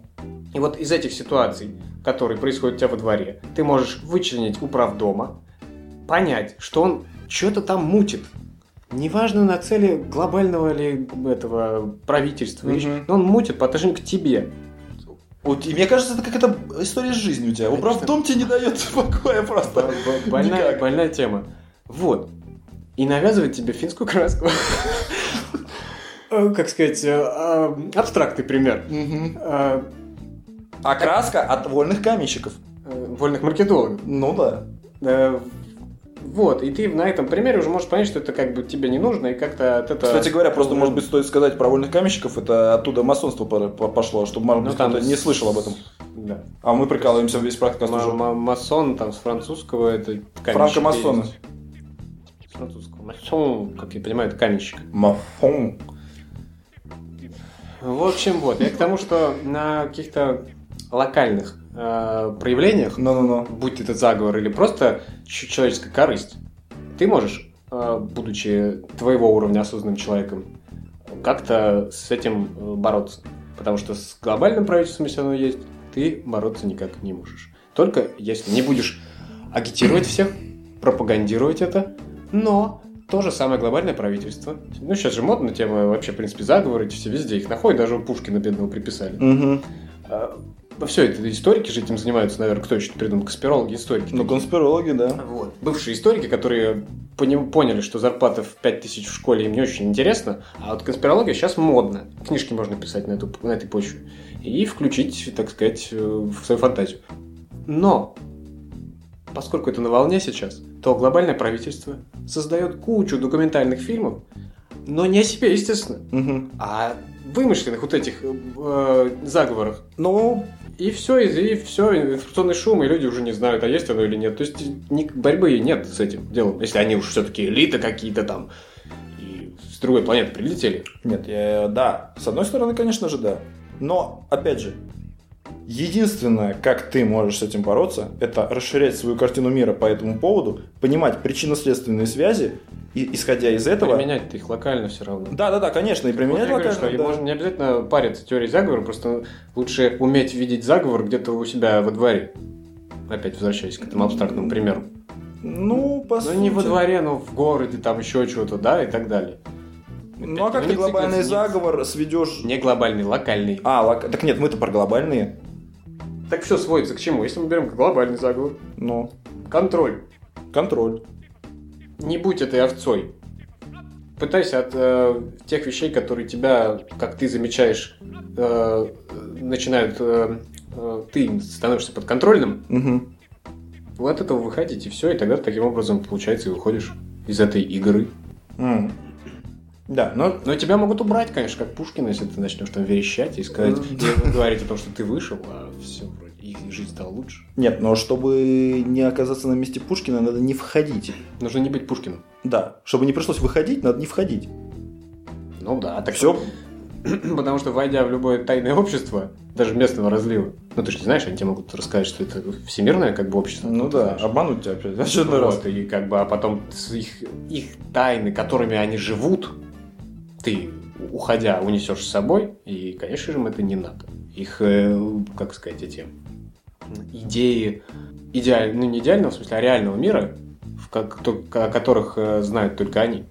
Speaker 2: И вот из этих ситуаций, которые происходят у тебя во дворе, ты можешь вычленить управ дома, понять, что он что-то там мутит. Неважно на цели глобального ли этого правительства, или
Speaker 1: Мгм.
Speaker 2: щ- но он мутит по отношению к тебе.
Speaker 1: мне кажется, это какая-то история с жизнью у тебя. Управ
Speaker 2: Конечно.
Speaker 1: дом тебе не дает покоя просто.
Speaker 2: Больная,
Speaker 1: Никак.
Speaker 2: больная тема. Вот. И навязывает тебе финскую краску. Э, Как сказать, э, а, абстрактный пример.
Speaker 1: Мгм.
Speaker 2: Э,
Speaker 1: А краска от вольных каменщиков.
Speaker 2: э, Вольных маркетологов.
Speaker 1: Ну да.
Speaker 2: Э, Вот, и ты на этом примере уже можешь понять, что это как бы тебе не нужно, и как-то от этого...
Speaker 1: Кстати говоря, просто, может быть, стоит сказать про вольных каменщиков, это оттуда масонство пор- по- пошло, чтобы, может
Speaker 2: Ну,
Speaker 1: быть,
Speaker 2: там
Speaker 1: кто-то не
Speaker 2: с-
Speaker 1: слышал об этом.
Speaker 2: Да.
Speaker 1: А мы прикалываемся весь практикаст
Speaker 2: Ма-
Speaker 1: уже.
Speaker 2: ма- Масон там с французского, это каменщик
Speaker 1: Франко-масоны.
Speaker 2: есть. С французского. Масон, как я понимаю, это каменщик.
Speaker 1: Мафон.
Speaker 2: В общем, вот, я к тому, что на каких-то локальных э, проявлениях,
Speaker 1: Ну-ну-ну.
Speaker 2: будь это заговор или просто ч- человеческая корысть, ты можешь, э, будучи твоего уровня осознанным человеком, как-то с этим э, бороться. Потому что с глобальным правительством, если оно есть, ты бороться никак не можешь. Только если не будешь агитировать всех, пропагандировать это, но то же самое глобальное правительство. Ну, сейчас же модно тема вообще, в принципе, заговоры, эти все везде их находят, даже у Пушкина бедного приписали.
Speaker 1: Угу.
Speaker 2: А, все это историки же этим занимаются, наверное, кто еще придумал, конспирологи, историки.
Speaker 1: Ну, конспирологи, да.
Speaker 2: Вот. Бывшие историки, которые пони- поняли, что зарплата в 5000 в школе им не очень интересна, а вот конспирология сейчас модна. Книжки можно писать на, эту, на этой почве. И включить, так сказать, э, в свою фантазию. Но, поскольку это на волне сейчас, то глобальное правительство создает кучу документальных фильмов, но не о себе, естественно,
Speaker 1: Угу.
Speaker 2: а вымышленных вот этих э, э, заговорах.
Speaker 1: Ну,
Speaker 2: И все, и, все, информационный шум, и люди уже не знают, а есть оно или нет. То есть ни- борьбы нет с этим делом. Если они уж все-таки элиты какие-то там и с другой планеты прилетели.
Speaker 1: нет, я- да. С одной стороны, конечно же, да. Но, опять же, единственное, как ты можешь с этим бороться, это расширять свою картину мира по этому поводу, понимать причинно-следственные связи, и, исходя из этого...
Speaker 2: Применять-то их локально все равно.
Speaker 1: Да-да-да, конечно, и
Speaker 2: Вот я
Speaker 1: применять
Speaker 2: говорю,
Speaker 1: локально,
Speaker 2: что
Speaker 1: да.
Speaker 2: можно не обязательно париться теорией заговора, просто лучше уметь видеть заговор где-то у себя во дворе. Опять возвращаясь к этому абстрактному примеру.
Speaker 1: Ну, по
Speaker 2: Ну
Speaker 1: сути.
Speaker 2: не во дворе, но в городе, там еще чего-то, да, и так далее.
Speaker 1: Ну, а как ты глобальный заговор сведешь...
Speaker 2: Не глобальный, локальный.
Speaker 1: А, лок- так нет, мы-то про глобальные.
Speaker 2: Так все сводится к чему? Если мы берем глобальный заговор,
Speaker 1: Ну,
Speaker 2: контроль.
Speaker 1: контроль.
Speaker 2: Не будь этой овцой. Пытайся от э, тех вещей, которые тебя, как ты замечаешь, э, начинают... э, э, ты становишься подконтрольным,
Speaker 1: Угу.
Speaker 2: вот от этого выходить, и все, и тогда таким образом, получается, и выходишь из этой игры.
Speaker 1: Да, но...
Speaker 2: Но тебя могут убрать, конечно, как Пушкина, если ты начнешь там верещать и сказать, и говорить о том, что ты вышел, а все, вроде, и жизнь стала лучше.
Speaker 1: Нет, но чтобы не оказаться на месте Пушкина, надо не входить.
Speaker 2: Нужно не быть Пушкиным.
Speaker 1: Да, чтобы не пришлось выходить, надо не входить.
Speaker 2: Ну да, так
Speaker 1: Все.
Speaker 2: Потому что, войдя в любое тайное общество, даже местного разлива, ну ты же не знаешь, они тебе могут рассказать, что это всемирное как бы общество.
Speaker 1: Ну
Speaker 2: ты
Speaker 1: да,
Speaker 2: знаешь.
Speaker 1: обмануть тебя опять. в очередной раз.
Speaker 2: Вот, и как бы, а потом с их, их тайны, которыми они живут, ты, уходя, унесешь с собой, и, конечно же, им это не надо. Их, э, как сказать, эти идеи идеально, ну не идеального, в смысле, а реального мира, в как, то- о которых э, знают только они.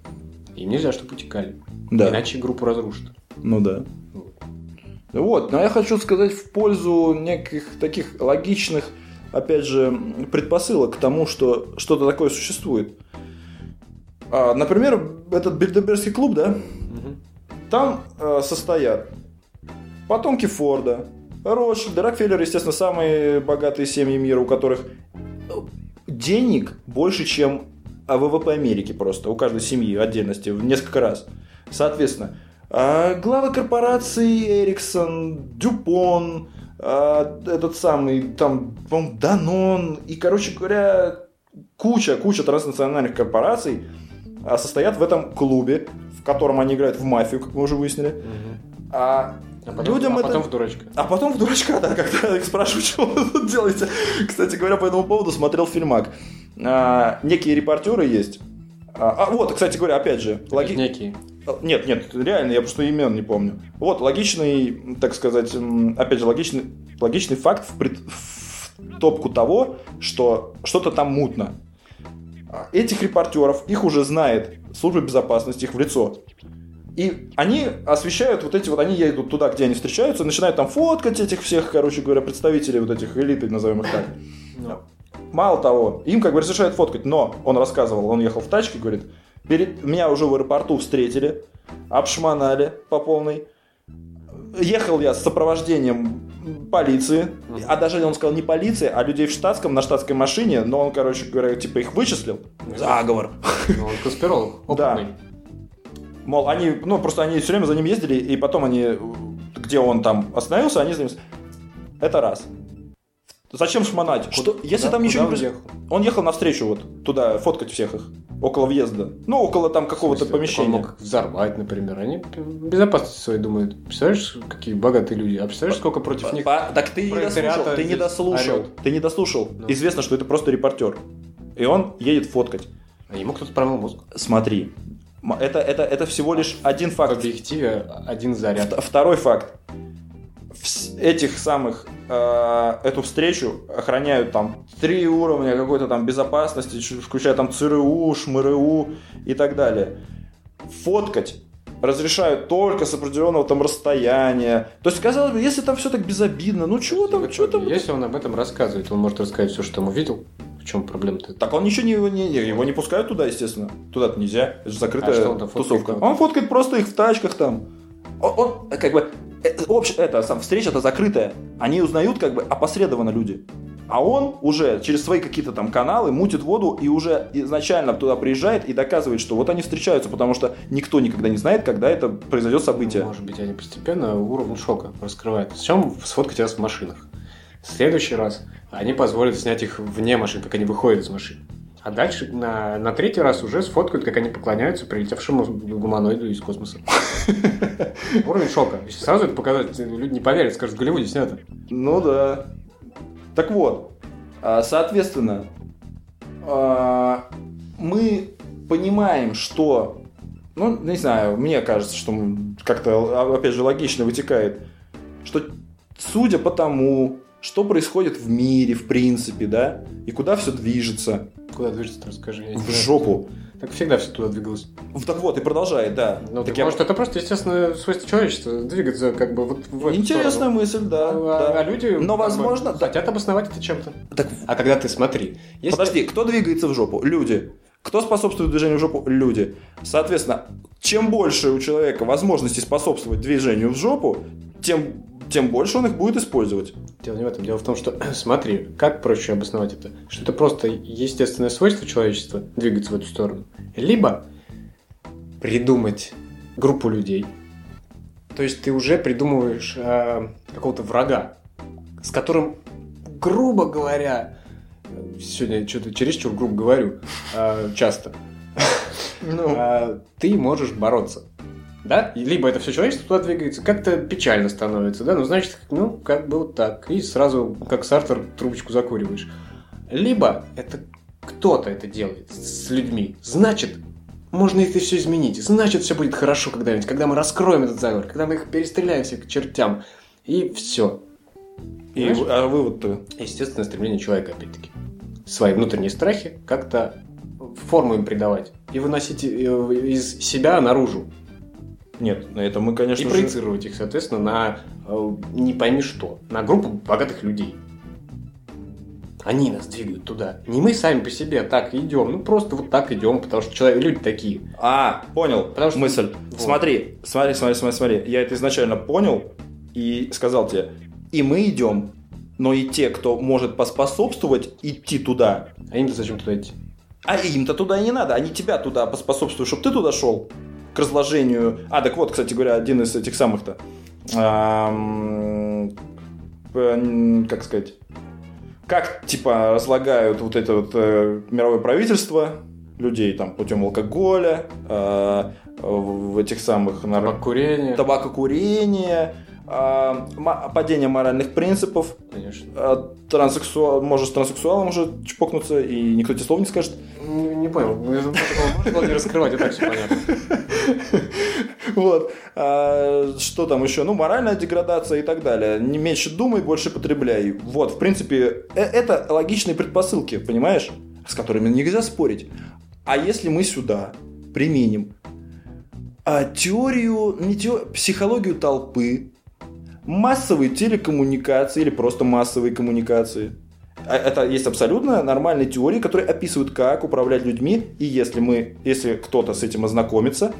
Speaker 2: Им нельзя, чтобы утекали.
Speaker 1: Да.
Speaker 2: Иначе группу разрушат.
Speaker 1: Ну да. Вот, но я хочу сказать в пользу неких таких логичных, опять же, м, предпосылок к тому, что что-то такое существует. А, например, этот Бильдебергский клуб, да,
Speaker 2: Мгм.
Speaker 1: там э, состоят потомки Форда, Ротшильды, Рокфеллеры, естественно, самые богатые семьи мира, у которых э, денег больше, чем а, ВВП Америки просто, у каждой семьи в отдельности, в несколько раз. Соответственно, а, главы корпораций Эриксон, Дюпон, а, этот самый, там, по-моему, Данон, и, короче говоря, куча, куча транснациональных корпораций а, состоят в этом клубе, в котором они играют в мафию, как мы уже выяснили.
Speaker 2: Мгм.
Speaker 1: А
Speaker 2: А потом,
Speaker 1: Людям
Speaker 2: а
Speaker 1: это-
Speaker 2: потом в дурачка.
Speaker 1: а потом в дурачка, да, когда их спрашивают, что вы тут делаете. Кстати говоря, по этому поводу смотрел фильмак. А, некие репортеры есть. А, а, вот, кстати говоря, опять же,
Speaker 2: Это
Speaker 1: логи...
Speaker 2: Некие.
Speaker 1: А, Нет, нет, реально, я просто имен не помню. Вот, логичный, так сказать, м, опять же, логичный, логичный факт в, пред- в топку того, что что-то там мутно. А, Этих репортеров, их уже знает служба безопасности, их в лицо. И они освещают вот эти вот, они едут туда, где они встречаются, начинают там фоткать этих всех, короче говоря, представителей вот этих элиты, назовем их так.
Speaker 2: Ну,
Speaker 1: Мало того, им как бы разрешают фоткать, но он рассказывал, он ехал в тачке, говорит, перед меня уже в аэропорту встретили, обшмонали по полной. Ехал я с сопровождением полиции, а даже он сказал не полиции, а людей в штатском, на штатской машине, но он, короче говоря, типа их вычислил. Заговор.
Speaker 2: ну, он конспиролог.
Speaker 1: Да.
Speaker 2: Опытный.
Speaker 1: Мол, они, ну, просто они все время за ним ездили, и потом они, э, где он там остановился, они за ним... с- Это раз. Зачем шмонать? Что, если
Speaker 2: Куда-
Speaker 1: там ничего не
Speaker 2: куда он
Speaker 1: происходит?
Speaker 2: ехал?
Speaker 1: Он ехал навстречу вот туда, фоткать всех их. Около въезда. Ну, около там какого-то
Speaker 2: В смысле,
Speaker 1: помещения.
Speaker 2: Он мог взорвать, например. Они безопасности своей думают. Представляешь, какие богатые люди. А представляешь, сколько против них...
Speaker 1: По- так ты не
Speaker 2: Пролетариата
Speaker 1: дослушал, ты не
Speaker 2: здесь
Speaker 1: дослушал.
Speaker 2: орёт.
Speaker 1: Ты не дослушал.
Speaker 2: Ну.
Speaker 1: Известно, что это просто репортер. И он едет фоткать.
Speaker 2: А ему кто-то промыл мозг.
Speaker 1: Смотри. М- Это, это, это всего лишь один
Speaker 2: В
Speaker 1: факт.
Speaker 2: объективе один заряд.
Speaker 1: Вт- Второй факт. Вс- Этих самых э, эту встречу охраняют там три уровня какой-то там безопасности, ч- включая там ЦРУ, ШМРУ и так далее. Фоткать разрешают только с определенного там расстояния. То есть, казалось бы, если там все так безобидно, ну чего там, чего там?
Speaker 2: Если он об этом рассказывает, он может рассказать все, что там увидел. В чем проблема-то?
Speaker 1: Так он ничего не, не- не- его не пускают туда, естественно. Туда-то нельзя. Это же закрытая
Speaker 2: А что он там фоткает?
Speaker 1: тусовка. Он фоткает просто их в тачках там. Он, он, э, как бы э, общ- это сам встреча-то закрытая. Они узнают как бы опосредованно люди. А он уже через свои какие-то там каналы мутит воду и уже изначально туда приезжает и доказывает, что вот они встречаются, потому что никто никогда не знает, когда это произойдет событие.
Speaker 2: Может быть, они постепенно уровень шока раскрывают. Сначала сфоткать вас в машинах. В следующий раз они позволят снять их вне машин, как они выходят из машин. А дальше на, на третий раз уже сфоткают, как они поклоняются прилетевшему гуманоиду из космоса. Уровень шока. Если сразу это показать, люди не поверят, скажут, в Голливуде снято.
Speaker 1: Ну да. Так вот, а, соответственно, а, мы понимаем, что, ну, не знаю, мне кажется, что м, как-то, а, опять же, логично вытекает, что судя по тому, что происходит в мире, в принципе, да, и куда все движется,
Speaker 2: Куда движется, расскажи. Я не
Speaker 1: в
Speaker 2: знаю.
Speaker 1: жопу.
Speaker 2: Так всегда все туда двигалось.
Speaker 1: В- Так вот, и продолжает, да.
Speaker 2: Ну,
Speaker 1: Так
Speaker 2: так
Speaker 1: я-
Speaker 2: может, это просто естественное свойство человечества двигаться как бы вот в эту
Speaker 1: Интересная
Speaker 2: сторону.
Speaker 1: мысль, да.
Speaker 2: А,
Speaker 1: да.
Speaker 2: а люди
Speaker 1: Но,
Speaker 2: как бы,
Speaker 1: возможно, да.
Speaker 2: хотят обосновать это чем-то.
Speaker 1: Так
Speaker 2: А когда ты смотри, если-
Speaker 1: Подожди, кто двигается в жопу? Люди. Кто способствует движению в жопу? Люди. Соответственно, чем больше у человека возможностей способствовать движению в жопу, тем, тем больше он их будет использовать.
Speaker 2: Дело не в этом. Дело в том, что смотри, как проще обосновать это? Что это просто естественное свойство человечества двигаться в эту сторону. Либо придумать группу людей. То есть ты уже придумываешь э, какого-то врага, с которым, грубо говоря, сегодня я что-то чересчур грубо говорю, э, часто,
Speaker 1: Ну,
Speaker 2: а, ты можешь бороться. Да? И Либо это все человечество туда двигается, как-то печально становится, да? Ну, значит, ну, как бы вот так. И сразу, как Сартер, трубочку закуриваешь. Либо это кто-то это делает с людьми. Значит, можно это все изменить. Значит, все будет хорошо когда-нибудь, когда мы раскроем этот заговор, когда мы их перестреляем всех к чертям. И все.
Speaker 1: И,
Speaker 2: Знаешь?
Speaker 1: а вывод-то?
Speaker 2: Естественное стремление человека, опять-таки. Свои внутренние страхи как-то форму им придавать. И выносить э, из себя наружу.
Speaker 1: Нет, на это мы, конечно
Speaker 2: и
Speaker 1: же...
Speaker 2: проецировать их, соответственно, на э, не пойми что, на группу богатых людей. Они нас двигают туда. Не мы сами по себе так идем, ну просто вот так идем, потому что человек, люди такие.
Speaker 1: А, понял
Speaker 2: Потому что-
Speaker 1: мысль.
Speaker 2: Вот.
Speaker 1: Смотри, смотри, смотри, смотри, смотри. Я это изначально понял и сказал тебе. И мы идем, но и те, кто может поспособствовать идти туда,
Speaker 2: А им-то зачем туда идти?
Speaker 1: а им-то туда и не надо, они тебя туда поспособствуют, чтобы ты туда шел к разложению. А, так вот, кстати говоря, один из этих самых-то. ам, м, Как сказать? Как, типа, разлагают вот это вот э, мировое правительство людей там путем алкоголя, э, в этих самых нар-
Speaker 2: Табакокурение.
Speaker 1: табакокурения, э, ма- падение моральных принципов,
Speaker 2: Конечно.
Speaker 1: э, транссексуал, можешь транссексуалом уже чпокнуться, и никто тебе слова не скажет.
Speaker 2: Не, не понял, ну, это можно было не раскрывать, это все понятно.
Speaker 1: Вот. А, Что там еще? Ну, моральная деградация и так далее. Не меньше думай, больше потребляй. Вот, в принципе, э- это логичные предпосылки, понимаешь? С которыми нельзя спорить. А если мы сюда применим а, теорию, не тео- психологию толпы, массовые телекоммуникации или просто массовые коммуникации. А Это есть абсолютно нормальные теории, которые описывают, как управлять людьми, и если мы, если кто-то с этим ознакомится,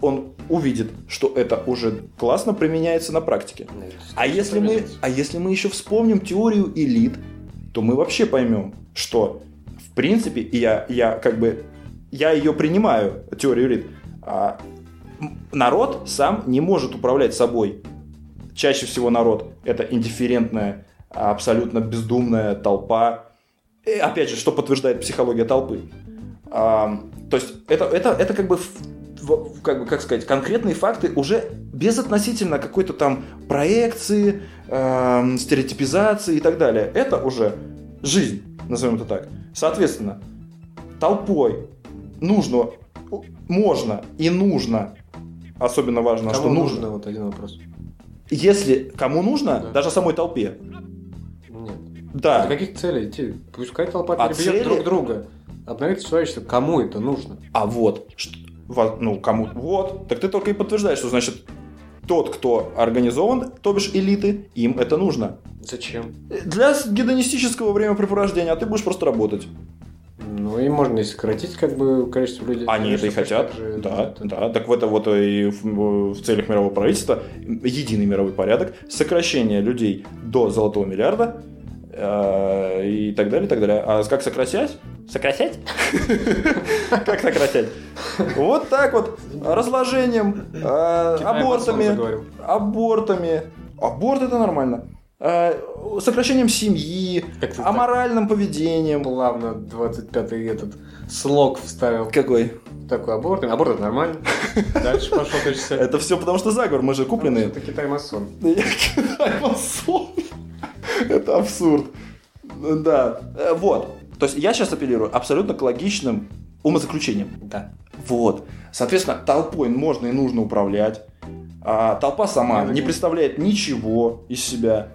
Speaker 1: он увидит, что это уже классно применяется на практике.
Speaker 2: Ну,
Speaker 1: А если мы, а если мы еще вспомним теорию элит, то мы вообще поймем, что в принципе и я, я как бы я ее принимаю теорию элит. а, м, народ сам не может управлять собой. Чаще всего народ это индифферентная, а, абсолютно бездумная толпа. И опять же, что подтверждает психология толпы. А, то есть это, это, это как бы ф- в- в- как бы, как сказать, конкретные факты уже безотносительно какой-то там проекции, эм, стереотипизации и так далее. Это уже жизнь, назовем это так. Соответственно, толпой нужно, у- можно и нужно, особенно важно,
Speaker 2: Кому
Speaker 1: что нужно.
Speaker 2: нужно? Вот один вопрос.
Speaker 1: Если кому нужно,
Speaker 2: Да.
Speaker 1: даже самой толпе.
Speaker 2: Нет. Для
Speaker 1: Да.
Speaker 2: А каких целей идти? Пускай толпа
Speaker 1: А
Speaker 2: перебьет
Speaker 1: цели-
Speaker 2: друг друга. Обновится человечество. Кому это нужно?
Speaker 1: А вот, что- во- ну, кому, вот, так ты только и подтверждаешь, что значит тот, кто организован, то бишь элиты, им это нужно.
Speaker 2: Зачем?
Speaker 1: Для гедонистического времяпрепровождения, а ты будешь просто работать.
Speaker 2: Ну и можно и сократить как бы количество людей.
Speaker 1: Они это и
Speaker 2: Конечно,
Speaker 1: хотят.
Speaker 2: точно так же,
Speaker 1: да,
Speaker 2: это-
Speaker 1: да. Так в это вот э, и в, в целях мирового правительства единый мировой порядок, сокращение людей до золотого миллиарда э, и так далее, и так далее. А как сокращать? Сокращать? Как сокращать? Вот так вот. Разложением, э,
Speaker 2: Китай потом
Speaker 1: абортами.
Speaker 2: заговорил.
Speaker 1: абортами. Аборт это нормально. Э, Сокращением семьи,
Speaker 2: Как-то так
Speaker 1: аморальным поведением.
Speaker 2: плавно 25-й этот слог вставил.
Speaker 1: Какой?
Speaker 2: Такой аборт. Аборт это нормально. Дальше пошел точно.
Speaker 1: Это все потому что заговор, мы же купленные.
Speaker 2: Это Китай масон.
Speaker 1: Да я кидаю масон. Это абсурд. Да. Э, Вот. То есть я сейчас апеллирую абсолютно к логичным умозаключениям.
Speaker 2: Да.
Speaker 1: Вот. Соответственно, толпой можно и нужно управлять. А, толпа сама
Speaker 2: Ну,
Speaker 1: не
Speaker 2: да.
Speaker 1: представляет ничего из себя.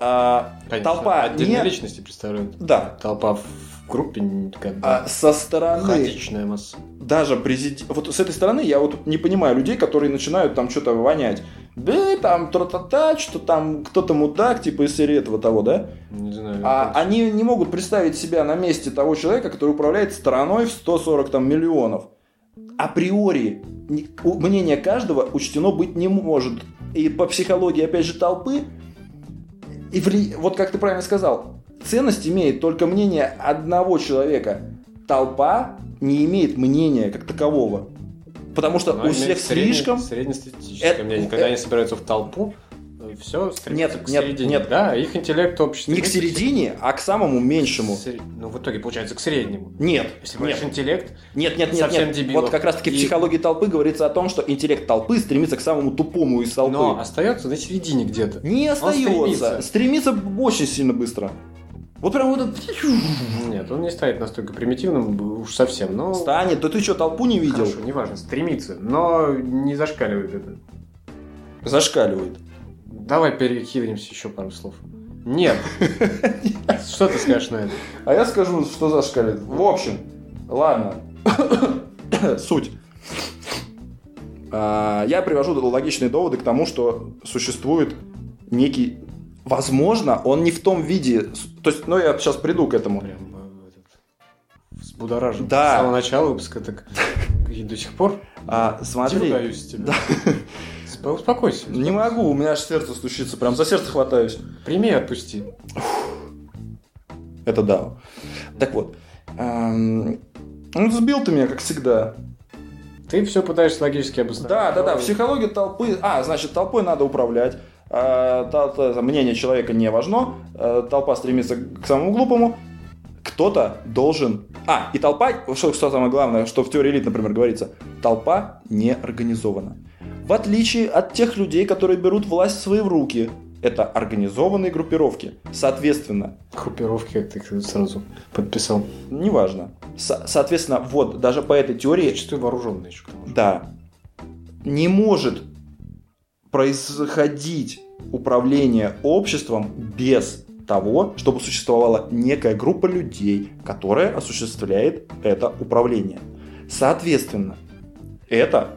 Speaker 1: А, толпа
Speaker 2: Отдельные
Speaker 1: не...
Speaker 2: личности представляют.
Speaker 1: Да.
Speaker 2: Толпа в группе как бы
Speaker 1: А со стороны...
Speaker 2: хаотичная масса.
Speaker 1: даже президент... Вот с этой стороны я вот не понимаю людей, которые начинают там что-то вонять. Да, там тра-та-та, что там кто-то мудак, типа из серии этого того, да?
Speaker 2: Не знаю.
Speaker 1: А
Speaker 2: как-
Speaker 1: они не могут представить себя на месте того человека, который управляет страной в 140 там, миллионов. Априори ни- у- мнение каждого учтено быть не может. И по психологии, опять же, толпы, и вли- вот как ты правильно сказал, ценность имеет только мнение одного человека. Толпа не имеет мнения как такового. Потому что
Speaker 2: Но
Speaker 1: у
Speaker 2: именно
Speaker 1: всех
Speaker 2: средне-
Speaker 1: слишком...
Speaker 2: Среднестатистическое
Speaker 1: Э,
Speaker 2: мнение.
Speaker 1: э,
Speaker 2: Когда они собираются в толпу, все стремится
Speaker 1: Нет,
Speaker 2: к
Speaker 1: нет,
Speaker 2: середине.
Speaker 1: нет.
Speaker 2: Да, их интеллект общество.
Speaker 1: Не к середине, а к самому меньшему.
Speaker 2: Ну, в итоге получается к среднему.
Speaker 1: Нет,
Speaker 2: Если
Speaker 1: нет.
Speaker 2: брать интеллект,
Speaker 1: Нет, нет, нет,
Speaker 2: Совсем
Speaker 1: нет.
Speaker 2: дебилов.
Speaker 1: Вот как раз таки в
Speaker 2: И-
Speaker 1: психологии толпы говорится о том, что интеллект толпы стремится к самому тупому из толпы.
Speaker 2: но остается на середине где-то.
Speaker 1: Не остается.
Speaker 2: стремится.
Speaker 1: Стремится. очень сильно быстро. Вот прям вот этот...
Speaker 2: Нет, он не станет настолько примитивным, уж совсем, но...
Speaker 1: Станет, да ты что, толпу не видел?
Speaker 2: Хорошо, неважно, стремится, но не зашкаливает это.
Speaker 1: Зашкаливает.
Speaker 2: Давай перекинемся еще пару слов. Нет. Что ты скажешь на это?
Speaker 1: А я скажу, что зашкалит. В общем, ладно. Суть. А, Я привожу логичные доводы к тому, что существует некий... Возможно, он не в том виде... То есть, ну, я сейчас приду к этому.
Speaker 2: Прям э, этот, взбудоражен.
Speaker 1: Да.
Speaker 2: С самого начала выпуска так и до сих пор
Speaker 1: А, смотри,
Speaker 2: удаюсь тебе. Сп- Успокойся.
Speaker 1: не могу, у меня аж сердце стучится, прям за сердце хватаюсь.
Speaker 2: Прими и отпусти.
Speaker 1: Это да. Так вот. эм, Ну, сбил ты меня, как всегда.
Speaker 2: Ты все пытаешься логически обуздать.
Speaker 1: Да, да, да. Психология толпы. А, значит, толпой надо управлять. А, та- та- мнение человека не важно. А, толпа стремится к самому глупому. Кто-то должен. А, и толпа, что, что самое главное, что в теории элит, например, говорится, толпа не организована. В отличие от тех людей, которые берут власть в свои руки, это организованные группировки. Соответственно,
Speaker 2: Группировки, как ты их сразу подписал.
Speaker 1: Неважно. Со- соответственно, вот, даже по этой теории,
Speaker 2: Зачастую вооруженные еще к тому же.
Speaker 1: да, не может происходить управление обществом без того, чтобы существовала некая группа людей, которая осуществляет это управление. Соответственно, это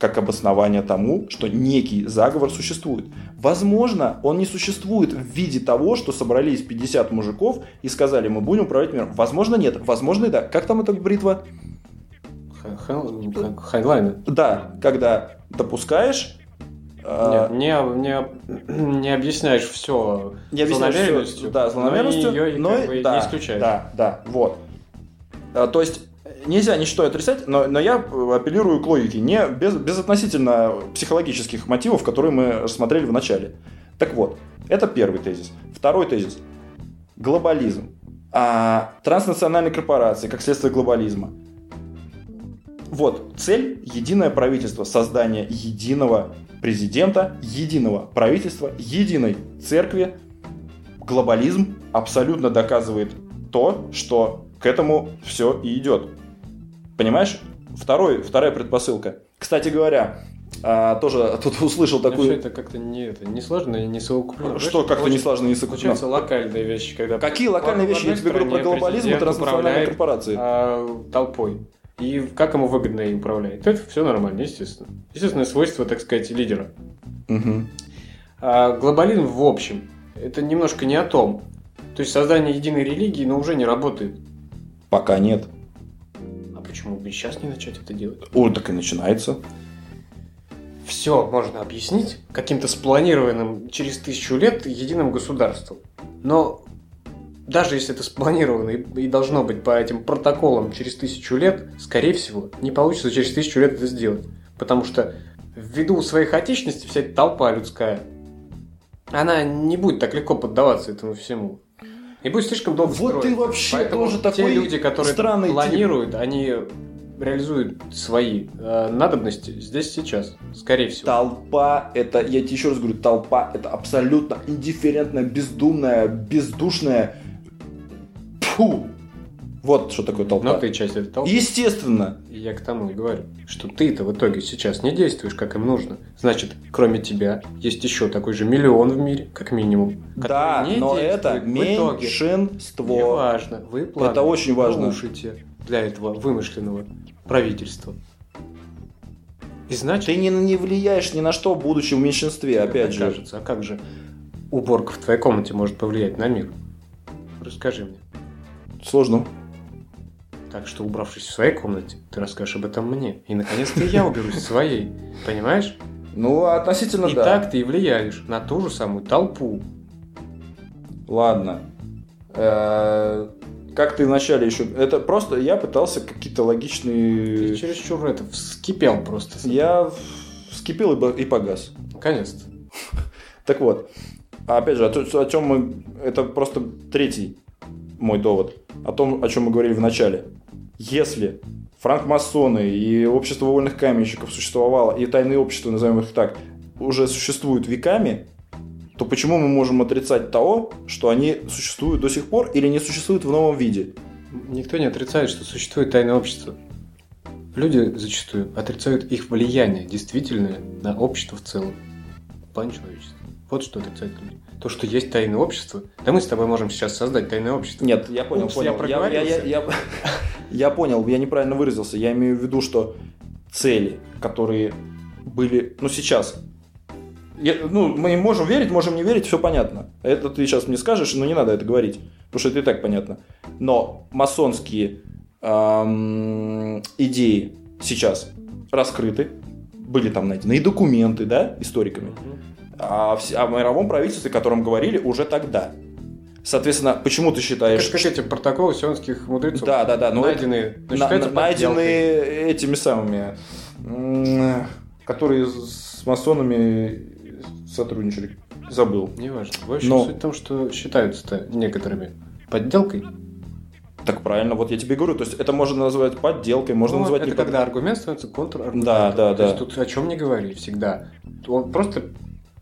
Speaker 1: как обоснование тому, что некий заговор существует. Возможно, он не существует в виде того, что собрались 50 мужиков и сказали, мы будем управлять миром. Возможно, нет. Возможно, и да. Как там эта бритва?
Speaker 2: Ха- ну, ха- как Хайлайны.
Speaker 1: Да, когда допускаешь...
Speaker 2: Нет,
Speaker 1: э,
Speaker 2: ну, не, не, не объясняешь все
Speaker 1: не объясняешь всё,
Speaker 2: злонамеренностью.
Speaker 1: Да, злонамеренностью,
Speaker 2: Но ее
Speaker 1: но и- да,
Speaker 2: не исключаешь.
Speaker 1: Да, да, вот. А, То есть нельзя ничто отрицать, но, но я э, апеллирую к логике, не без, безотносительно психологических мотивов, которые мы рассмотрели в начале. Так вот, это первый тезис. Второй тезис. Глобализм. А, транснациональные корпорации, как следствие глобализма. Вот, цель – единое правительство, создание единого президента, единого правительства, единой церкви. Глобализм абсолютно доказывает то, что к этому все и идет. Понимаешь? Второй, вторая предпосылка. Кстати говоря, а, тоже тут услышал
Speaker 2: Вообще
Speaker 1: такую...
Speaker 2: это как-то не, это, не сложно и не совокуплено.
Speaker 1: Что как-то не
Speaker 2: Очень-
Speaker 1: сложно не сокупно.
Speaker 2: Получаются локальные вещи, когда...
Speaker 1: Какие локальные
Speaker 2: в- в
Speaker 1: вещи? Я
Speaker 2: одной
Speaker 1: тебе говорю про
Speaker 2: стране
Speaker 1: глобализм и
Speaker 2: президент
Speaker 1: транснациональные
Speaker 2: управляет,
Speaker 1: корпорации.
Speaker 2: а, толпой. И как ему выгодно и управляет. Это все нормально, естественно. Естественное свойство, так сказать, лидера.
Speaker 1: Мгм.
Speaker 2: А глобализм в общем, это немножко не о том. То есть создание единой религии, но уже не работает.
Speaker 1: Пока нет.
Speaker 2: А почему бы и сейчас не начать это делать?
Speaker 1: О, так и начинается.
Speaker 2: Все можно объяснить каким-то спланированным через тысячу лет единым государством. Но даже если это спланировано и и должно быть по этим протоколам через тысячу лет, скорее всего, не получится через тысячу лет это сделать. Потому что ввиду своей хаотичности вся эта толпа людская, она не будет так легко поддаваться этому всему. И будет слишком долго
Speaker 1: Вот
Speaker 2: строиться.
Speaker 1: ты вообще
Speaker 2: Поэтому
Speaker 1: тоже
Speaker 2: те
Speaker 1: такой
Speaker 2: люди, которые
Speaker 1: странный тип.
Speaker 2: планируют, они реализуют свои э, надобности здесь сейчас, скорее всего.
Speaker 1: Толпа это, я тебе еще раз говорю, толпа это абсолютно индифферентная, бездумная, бездушная. Фу! Вот что такое толпа.
Speaker 2: Но ты часть этой толпы.
Speaker 1: Естественно.
Speaker 2: И Я к тому и говорю, что ты-то в итоге сейчас не действуешь, как им нужно. Значит, кроме тебя есть еще такой же миллион в мире, как минимум. который
Speaker 1: Да,
Speaker 2: не
Speaker 1: но
Speaker 2: действует
Speaker 1: это
Speaker 2: в итоге.
Speaker 1: меньшинство.
Speaker 2: Неважно, вы планы
Speaker 1: Это очень важно.
Speaker 2: нарушите для этого вымышленного правительства. И значит,
Speaker 1: Ты не, не влияешь ни на что, будучи в меньшинстве,
Speaker 2: Как
Speaker 1: опять
Speaker 2: мне
Speaker 1: же.
Speaker 2: кажется, а как же уборка в твоей комнате может повлиять на мир? Расскажи мне.
Speaker 1: Сложно.
Speaker 2: Так что, убравшись в своей комнате, ты расскажешь об этом мне. И, наконец-то, я уберусь в своей. Понимаешь?
Speaker 1: Ну, относительно
Speaker 2: И
Speaker 1: да.
Speaker 2: так ты и влияешь на ту же самую толпу.
Speaker 1: Ладно. Э, Как ты вначале еще... Это просто я пытался какие-то
Speaker 2: Ты
Speaker 1: логичные...
Speaker 2: чересчур это вскипел просто.
Speaker 1: Я вскипел и бо- и погас.
Speaker 2: Наконец-то.
Speaker 1: Так вот, а опять же, о, то- о чем мы... Это просто третий мой довод. О том, о чем мы говорили в начале. Если франкмасоны и общество вольных каменщиков существовало, и тайные общества, назовем их так, уже существуют веками, то почему мы можем отрицать того, что они существуют до сих пор или не существуют в новом виде?
Speaker 2: Никто не отрицает, что существует тайное общество. Люди зачастую отрицают их влияние действительное на общество в целом. План человечества. Вот что отрицают люди. То, что есть тайное общество. Да мы с тобой можем сейчас создать тайное общество.
Speaker 1: Нет, я понял,
Speaker 2: Упс,
Speaker 1: понял.
Speaker 2: я
Speaker 1: я, я- я- я понял, я неправильно выразился. Я имею в виду, что цели, которые были, ну сейчас, я- ну мы им можем верить, можем не верить, все понятно. Это ты сейчас мне скажешь, но не надо это говорить, потому что это и так понятно. Но масонские эм, идеи сейчас раскрыты, были там найдены и документы, да, историками
Speaker 2: Мгм.
Speaker 1: а вс- о мировом правительстве, о котором говорили уже тогда. Соответственно, почему ты
Speaker 2: Как,
Speaker 1: считаешь...
Speaker 2: как эти протоколы сионских мудрецов.
Speaker 1: Да, да, да. Ну, это-
Speaker 2: найденные. Ну,
Speaker 1: на-
Speaker 2: считается
Speaker 1: на- найдены
Speaker 2: подделкой.
Speaker 1: этими самыми, м, которые с масонами сотрудничали. Забыл.
Speaker 2: Неважно. В общем,
Speaker 1: Но-
Speaker 2: суть в том, что считаются-то некоторыми подделкой.
Speaker 1: Так правильно, вот я тебе говорю. То есть это можно назвать подделкой, можно
Speaker 2: Ну,
Speaker 1: назвать...
Speaker 2: это
Speaker 1: не под-
Speaker 2: когда аргумент становится контраргументом.
Speaker 1: Да, да,
Speaker 2: То
Speaker 1: да.
Speaker 2: есть тут о чем не говори всегда. Он просто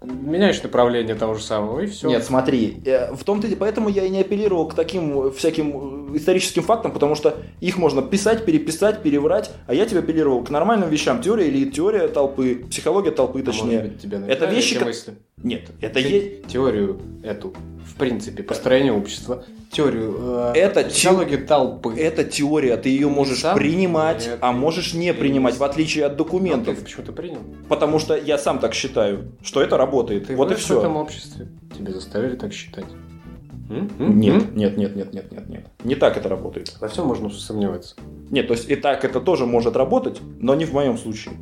Speaker 2: меняешь направление того же самого, и все.
Speaker 1: Нет, смотри, э, в том-то и- поэтому я и не апеллировал к таким э, всяким э, историческим фактам, потому что их можно писать, переписать, переврать, а я тебе апеллировал к нормальным вещам. Теория или теория толпы, психология толпы, точнее. Это вещи, ко-
Speaker 2: мысли.
Speaker 1: Нет, это
Speaker 2: Ты
Speaker 1: е-
Speaker 2: Теорию эту, в принципе, построение общества, теорию э,
Speaker 1: Это
Speaker 2: психологию толпы.
Speaker 1: это теория, ты ее можешь
Speaker 2: Сам?
Speaker 1: принимать,
Speaker 2: Нет.
Speaker 1: а можешь не принимать, в отличие от
Speaker 2: Но
Speaker 1: документов.
Speaker 2: А Ну, ты почему-то принял.
Speaker 1: Потому что я сам так считаю, что это работает.
Speaker 2: Ты
Speaker 1: вот и
Speaker 2: вырос в этом
Speaker 1: все.
Speaker 2: обществе. Тебя заставили так считать. М? М?
Speaker 1: Нет,
Speaker 2: М?
Speaker 1: нет, нет, нет, нет, нет, нет. Не так это работает.
Speaker 2: Во всем можно сомневаться.
Speaker 1: Нет, то есть и так это тоже может работать, но не в моем случае.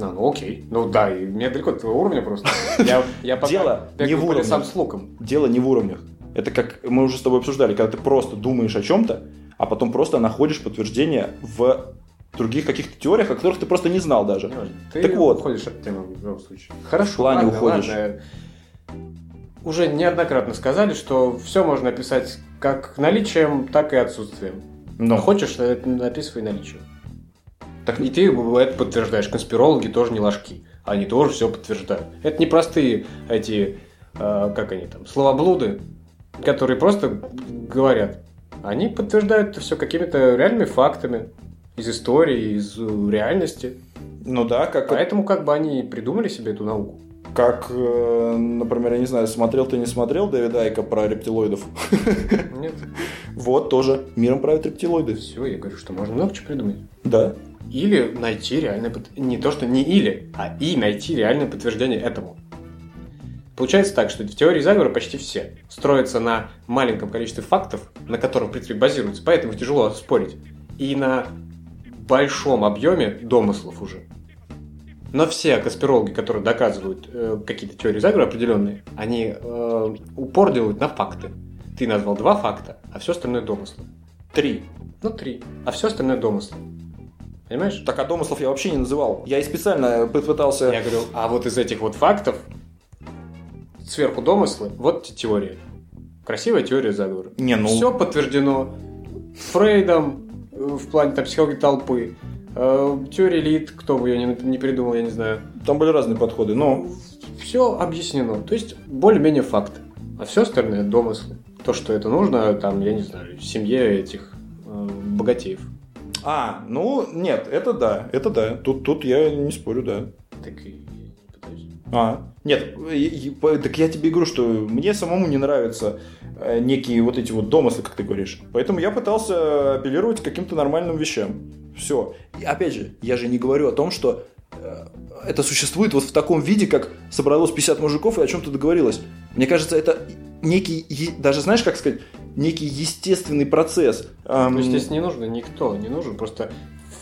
Speaker 2: А, ну окей. Ну да, и мне далеко от твоего уровня просто. Я, я пока
Speaker 1: Дело не
Speaker 2: бегаю
Speaker 1: в
Speaker 2: по
Speaker 1: уровне.
Speaker 2: лесам с луком.
Speaker 1: Дело не в уровнях. Это как мы уже с тобой обсуждали, когда ты просто думаешь о чем-то, а потом просто находишь подтверждение в других каких-то теориях, о которых ты просто не знал даже.
Speaker 2: Неважно. Ты
Speaker 1: Так вот.
Speaker 2: уходишь от темы в любом случае. Хорошо,
Speaker 1: В плане
Speaker 2: ладно,
Speaker 1: уходишь.
Speaker 2: ладно. э, Уже неоднократно сказали, что все можно описать как наличием, так и отсутствием.
Speaker 1: Но
Speaker 2: Хочешь, это описывай наличием.
Speaker 1: Ну. Так-
Speaker 2: И ты это подтверждаешь. Конспирологи тоже не ложки. Они тоже все подтверждают. Это не простые эти, э, как они там, словоблуды, которые просто говорят. Они подтверждают это все какими-то реальными фактами из истории, из э, реальности.
Speaker 1: ну да, как,
Speaker 2: Поэтому как бы они и придумали себе эту науку.
Speaker 1: как, э, например, я не знаю, смотрел ты не смотрел Дэвида Айка про рептилоидов.
Speaker 2: Нет.
Speaker 1: Вот тоже миром правят рептилоиды.
Speaker 2: Все, я говорю, что можно много чего придумать.
Speaker 1: Да.
Speaker 2: Или найти реальное под- Не то, что не или, а и найти реальное подтверждение этому. Получается так, что в теории заговора почти все строятся на маленьком количестве фактов, на котором, в принципе, базируются, поэтому их тяжело спорить, и на большом объеме домыслов уже. Но все конспирологи, которые доказывают э, какие-то теории заговора определенные, они э, упор делают на факты. Ты назвал два факта, а все остальное домыслы.
Speaker 1: Три.
Speaker 2: Ну, три. А все остальное домыслы. Понимаешь?
Speaker 1: Так, а домыслов я вообще не называл. Я и специально попытался...
Speaker 2: Я говорю, а вот из этих вот фактов, сверху домыслы, вот те теория. Красивая теория заговора.
Speaker 1: Не, ну...
Speaker 2: Все подтверждено Фрейдом э, в плане там, психологии толпы, э, теории элит, кто бы ее не, не придумал, я не знаю.
Speaker 1: Там были разные подходы, но...
Speaker 2: Все объяснено. То есть более-менее факты. А все остальное домыслы. То, что это нужно, там, я не знаю, в семье этих э, богатеев.
Speaker 1: А, ну, нет, это да, это да. Тут, тут я не спорю, да.
Speaker 2: Так и я не пытаюсь.
Speaker 1: А, нет, и- и по- так я тебе говорю, что мне самому не нравятся э, некие вот эти вот домыслы, как ты говоришь. Поэтому я пытался апеллировать к каким-то нормальным вещам. Все. И опять же, я же не говорю о том, что э, это существует вот в таком виде, как собралось 50 мужиков и о чем-то договорилось. Мне кажется, это некий, е- даже знаешь, как сказать, некий естественный процесс. Эм,
Speaker 2: То есть Ну, здесь не нужно никто, не нужен просто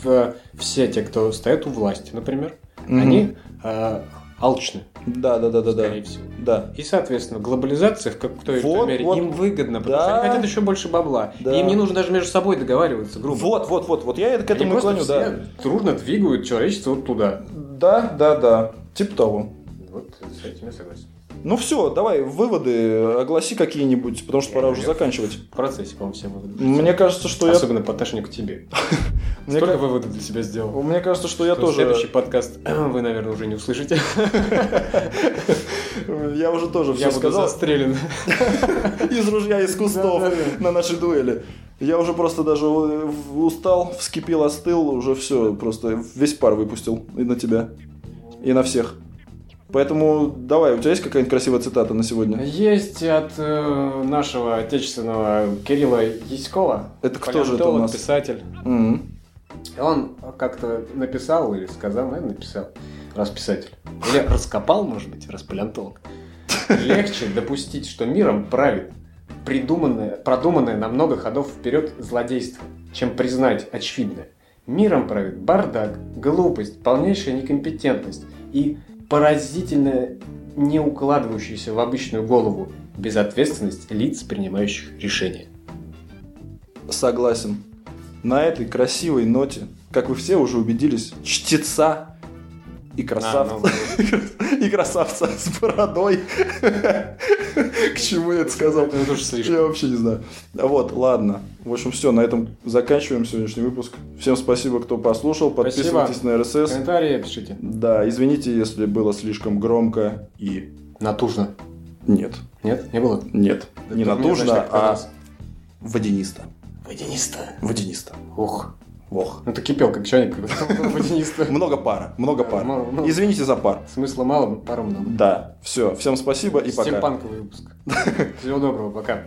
Speaker 2: в- все те, кто стоят у власти, например,
Speaker 1: мгм.
Speaker 2: они э, алчны,
Speaker 1: Да, да, да, да, да.
Speaker 2: скорее всего.
Speaker 1: Да.
Speaker 2: И, соответственно, глобализация в как- в той или иной
Speaker 1: Вот,
Speaker 2: мере
Speaker 1: вот.
Speaker 2: им выгодно, потому
Speaker 1: Да.
Speaker 2: что они хотят еще больше бабла.
Speaker 1: Да.
Speaker 2: И им не нужно даже между собой договариваться, грубо.
Speaker 1: Вот, вот, вот, вот. Я это к
Speaker 2: Они
Speaker 1: этому и
Speaker 2: просто
Speaker 1: клоню, да.
Speaker 2: все трудно двигают человечество вот туда.
Speaker 1: Да, да, да. Типа того.
Speaker 2: Вот с этим я согласен.
Speaker 1: Ну все, давай выводы огласи какие-нибудь, потому что
Speaker 2: Э,
Speaker 1: пора уже заканчивать.
Speaker 2: В процессе, по-моему, все выводы.
Speaker 1: Мне кажется, что я...
Speaker 2: Особенно по отношению к тебе.
Speaker 1: Мне,
Speaker 2: Столько
Speaker 1: ка-
Speaker 2: выводов для себя сделал.
Speaker 1: мне кажется, что я
Speaker 2: Что
Speaker 1: тоже...
Speaker 2: Следующий подкаст вы, наверное, уже не услышите.
Speaker 1: Я уже тоже
Speaker 2: Я
Speaker 1: все
Speaker 2: буду
Speaker 1: сказал.
Speaker 2: застрелен.
Speaker 1: Из ружья, из
Speaker 2: Да,
Speaker 1: кустов
Speaker 2: да, да.
Speaker 1: на нашей дуэли. Я уже просто даже э, устал, вскипел, остыл, уже все, просто весь пар выпустил и на тебя, и на всех. Поэтому давай, у тебя есть какая-нибудь красивая цитата на сегодня?
Speaker 2: Есть от э, нашего отечественного Кирилла Яськова.
Speaker 1: Это кто же это у
Speaker 2: палеонтолог,
Speaker 1: нас?
Speaker 2: писатель.
Speaker 1: Мгм.
Speaker 2: Он как-то написал или сказал, наверное, написал, раз писатель. Или раскопал, может быть, раз палеонтолог. Легче допустить, что миром правит придуманное, продуманное на много ходов вперед злодейство, чем признать очевидное. Миром правит бардак, глупость, полнейшая некомпетентность и поразительная не укладывающаяся в обычную голову безответственность лиц, принимающих решения.
Speaker 1: Согласен. На этой красивой ноте, как вы все уже убедились, чтеца и красавца. И красавца с бородой. К чему я это сказал?
Speaker 2: ну, Это тоже слишком.
Speaker 1: Я вообще не знаю. Вот, ладно. В общем, все, на этом заканчиваем сегодняшний выпуск. Всем спасибо, кто послушал.
Speaker 2: Спасибо.
Speaker 1: Подписывайтесь на РСС.
Speaker 2: Комментарии пишите.
Speaker 1: Да, извините, если было слишком громко и...
Speaker 2: Натужно.
Speaker 1: Нет,
Speaker 2: Нет, не было.
Speaker 1: нет. не
Speaker 2: Это мне,
Speaker 1: натужно,
Speaker 2: значит,
Speaker 1: а
Speaker 2: показалось.
Speaker 1: водянисто.
Speaker 2: Водянисто.
Speaker 1: Водянисто.
Speaker 2: Ух.
Speaker 1: Вох.
Speaker 2: Ну ты кипел, как чайник. когда было Водянисто.
Speaker 1: Много пара, много
Speaker 2: Да,
Speaker 1: пар.
Speaker 2: мало, мало.
Speaker 1: Извините за пар.
Speaker 2: Смысла мало, пара много.
Speaker 1: Да, все. Всем спасибо и пока.
Speaker 2: Стимпанковый выпуск. Всего доброго, пока.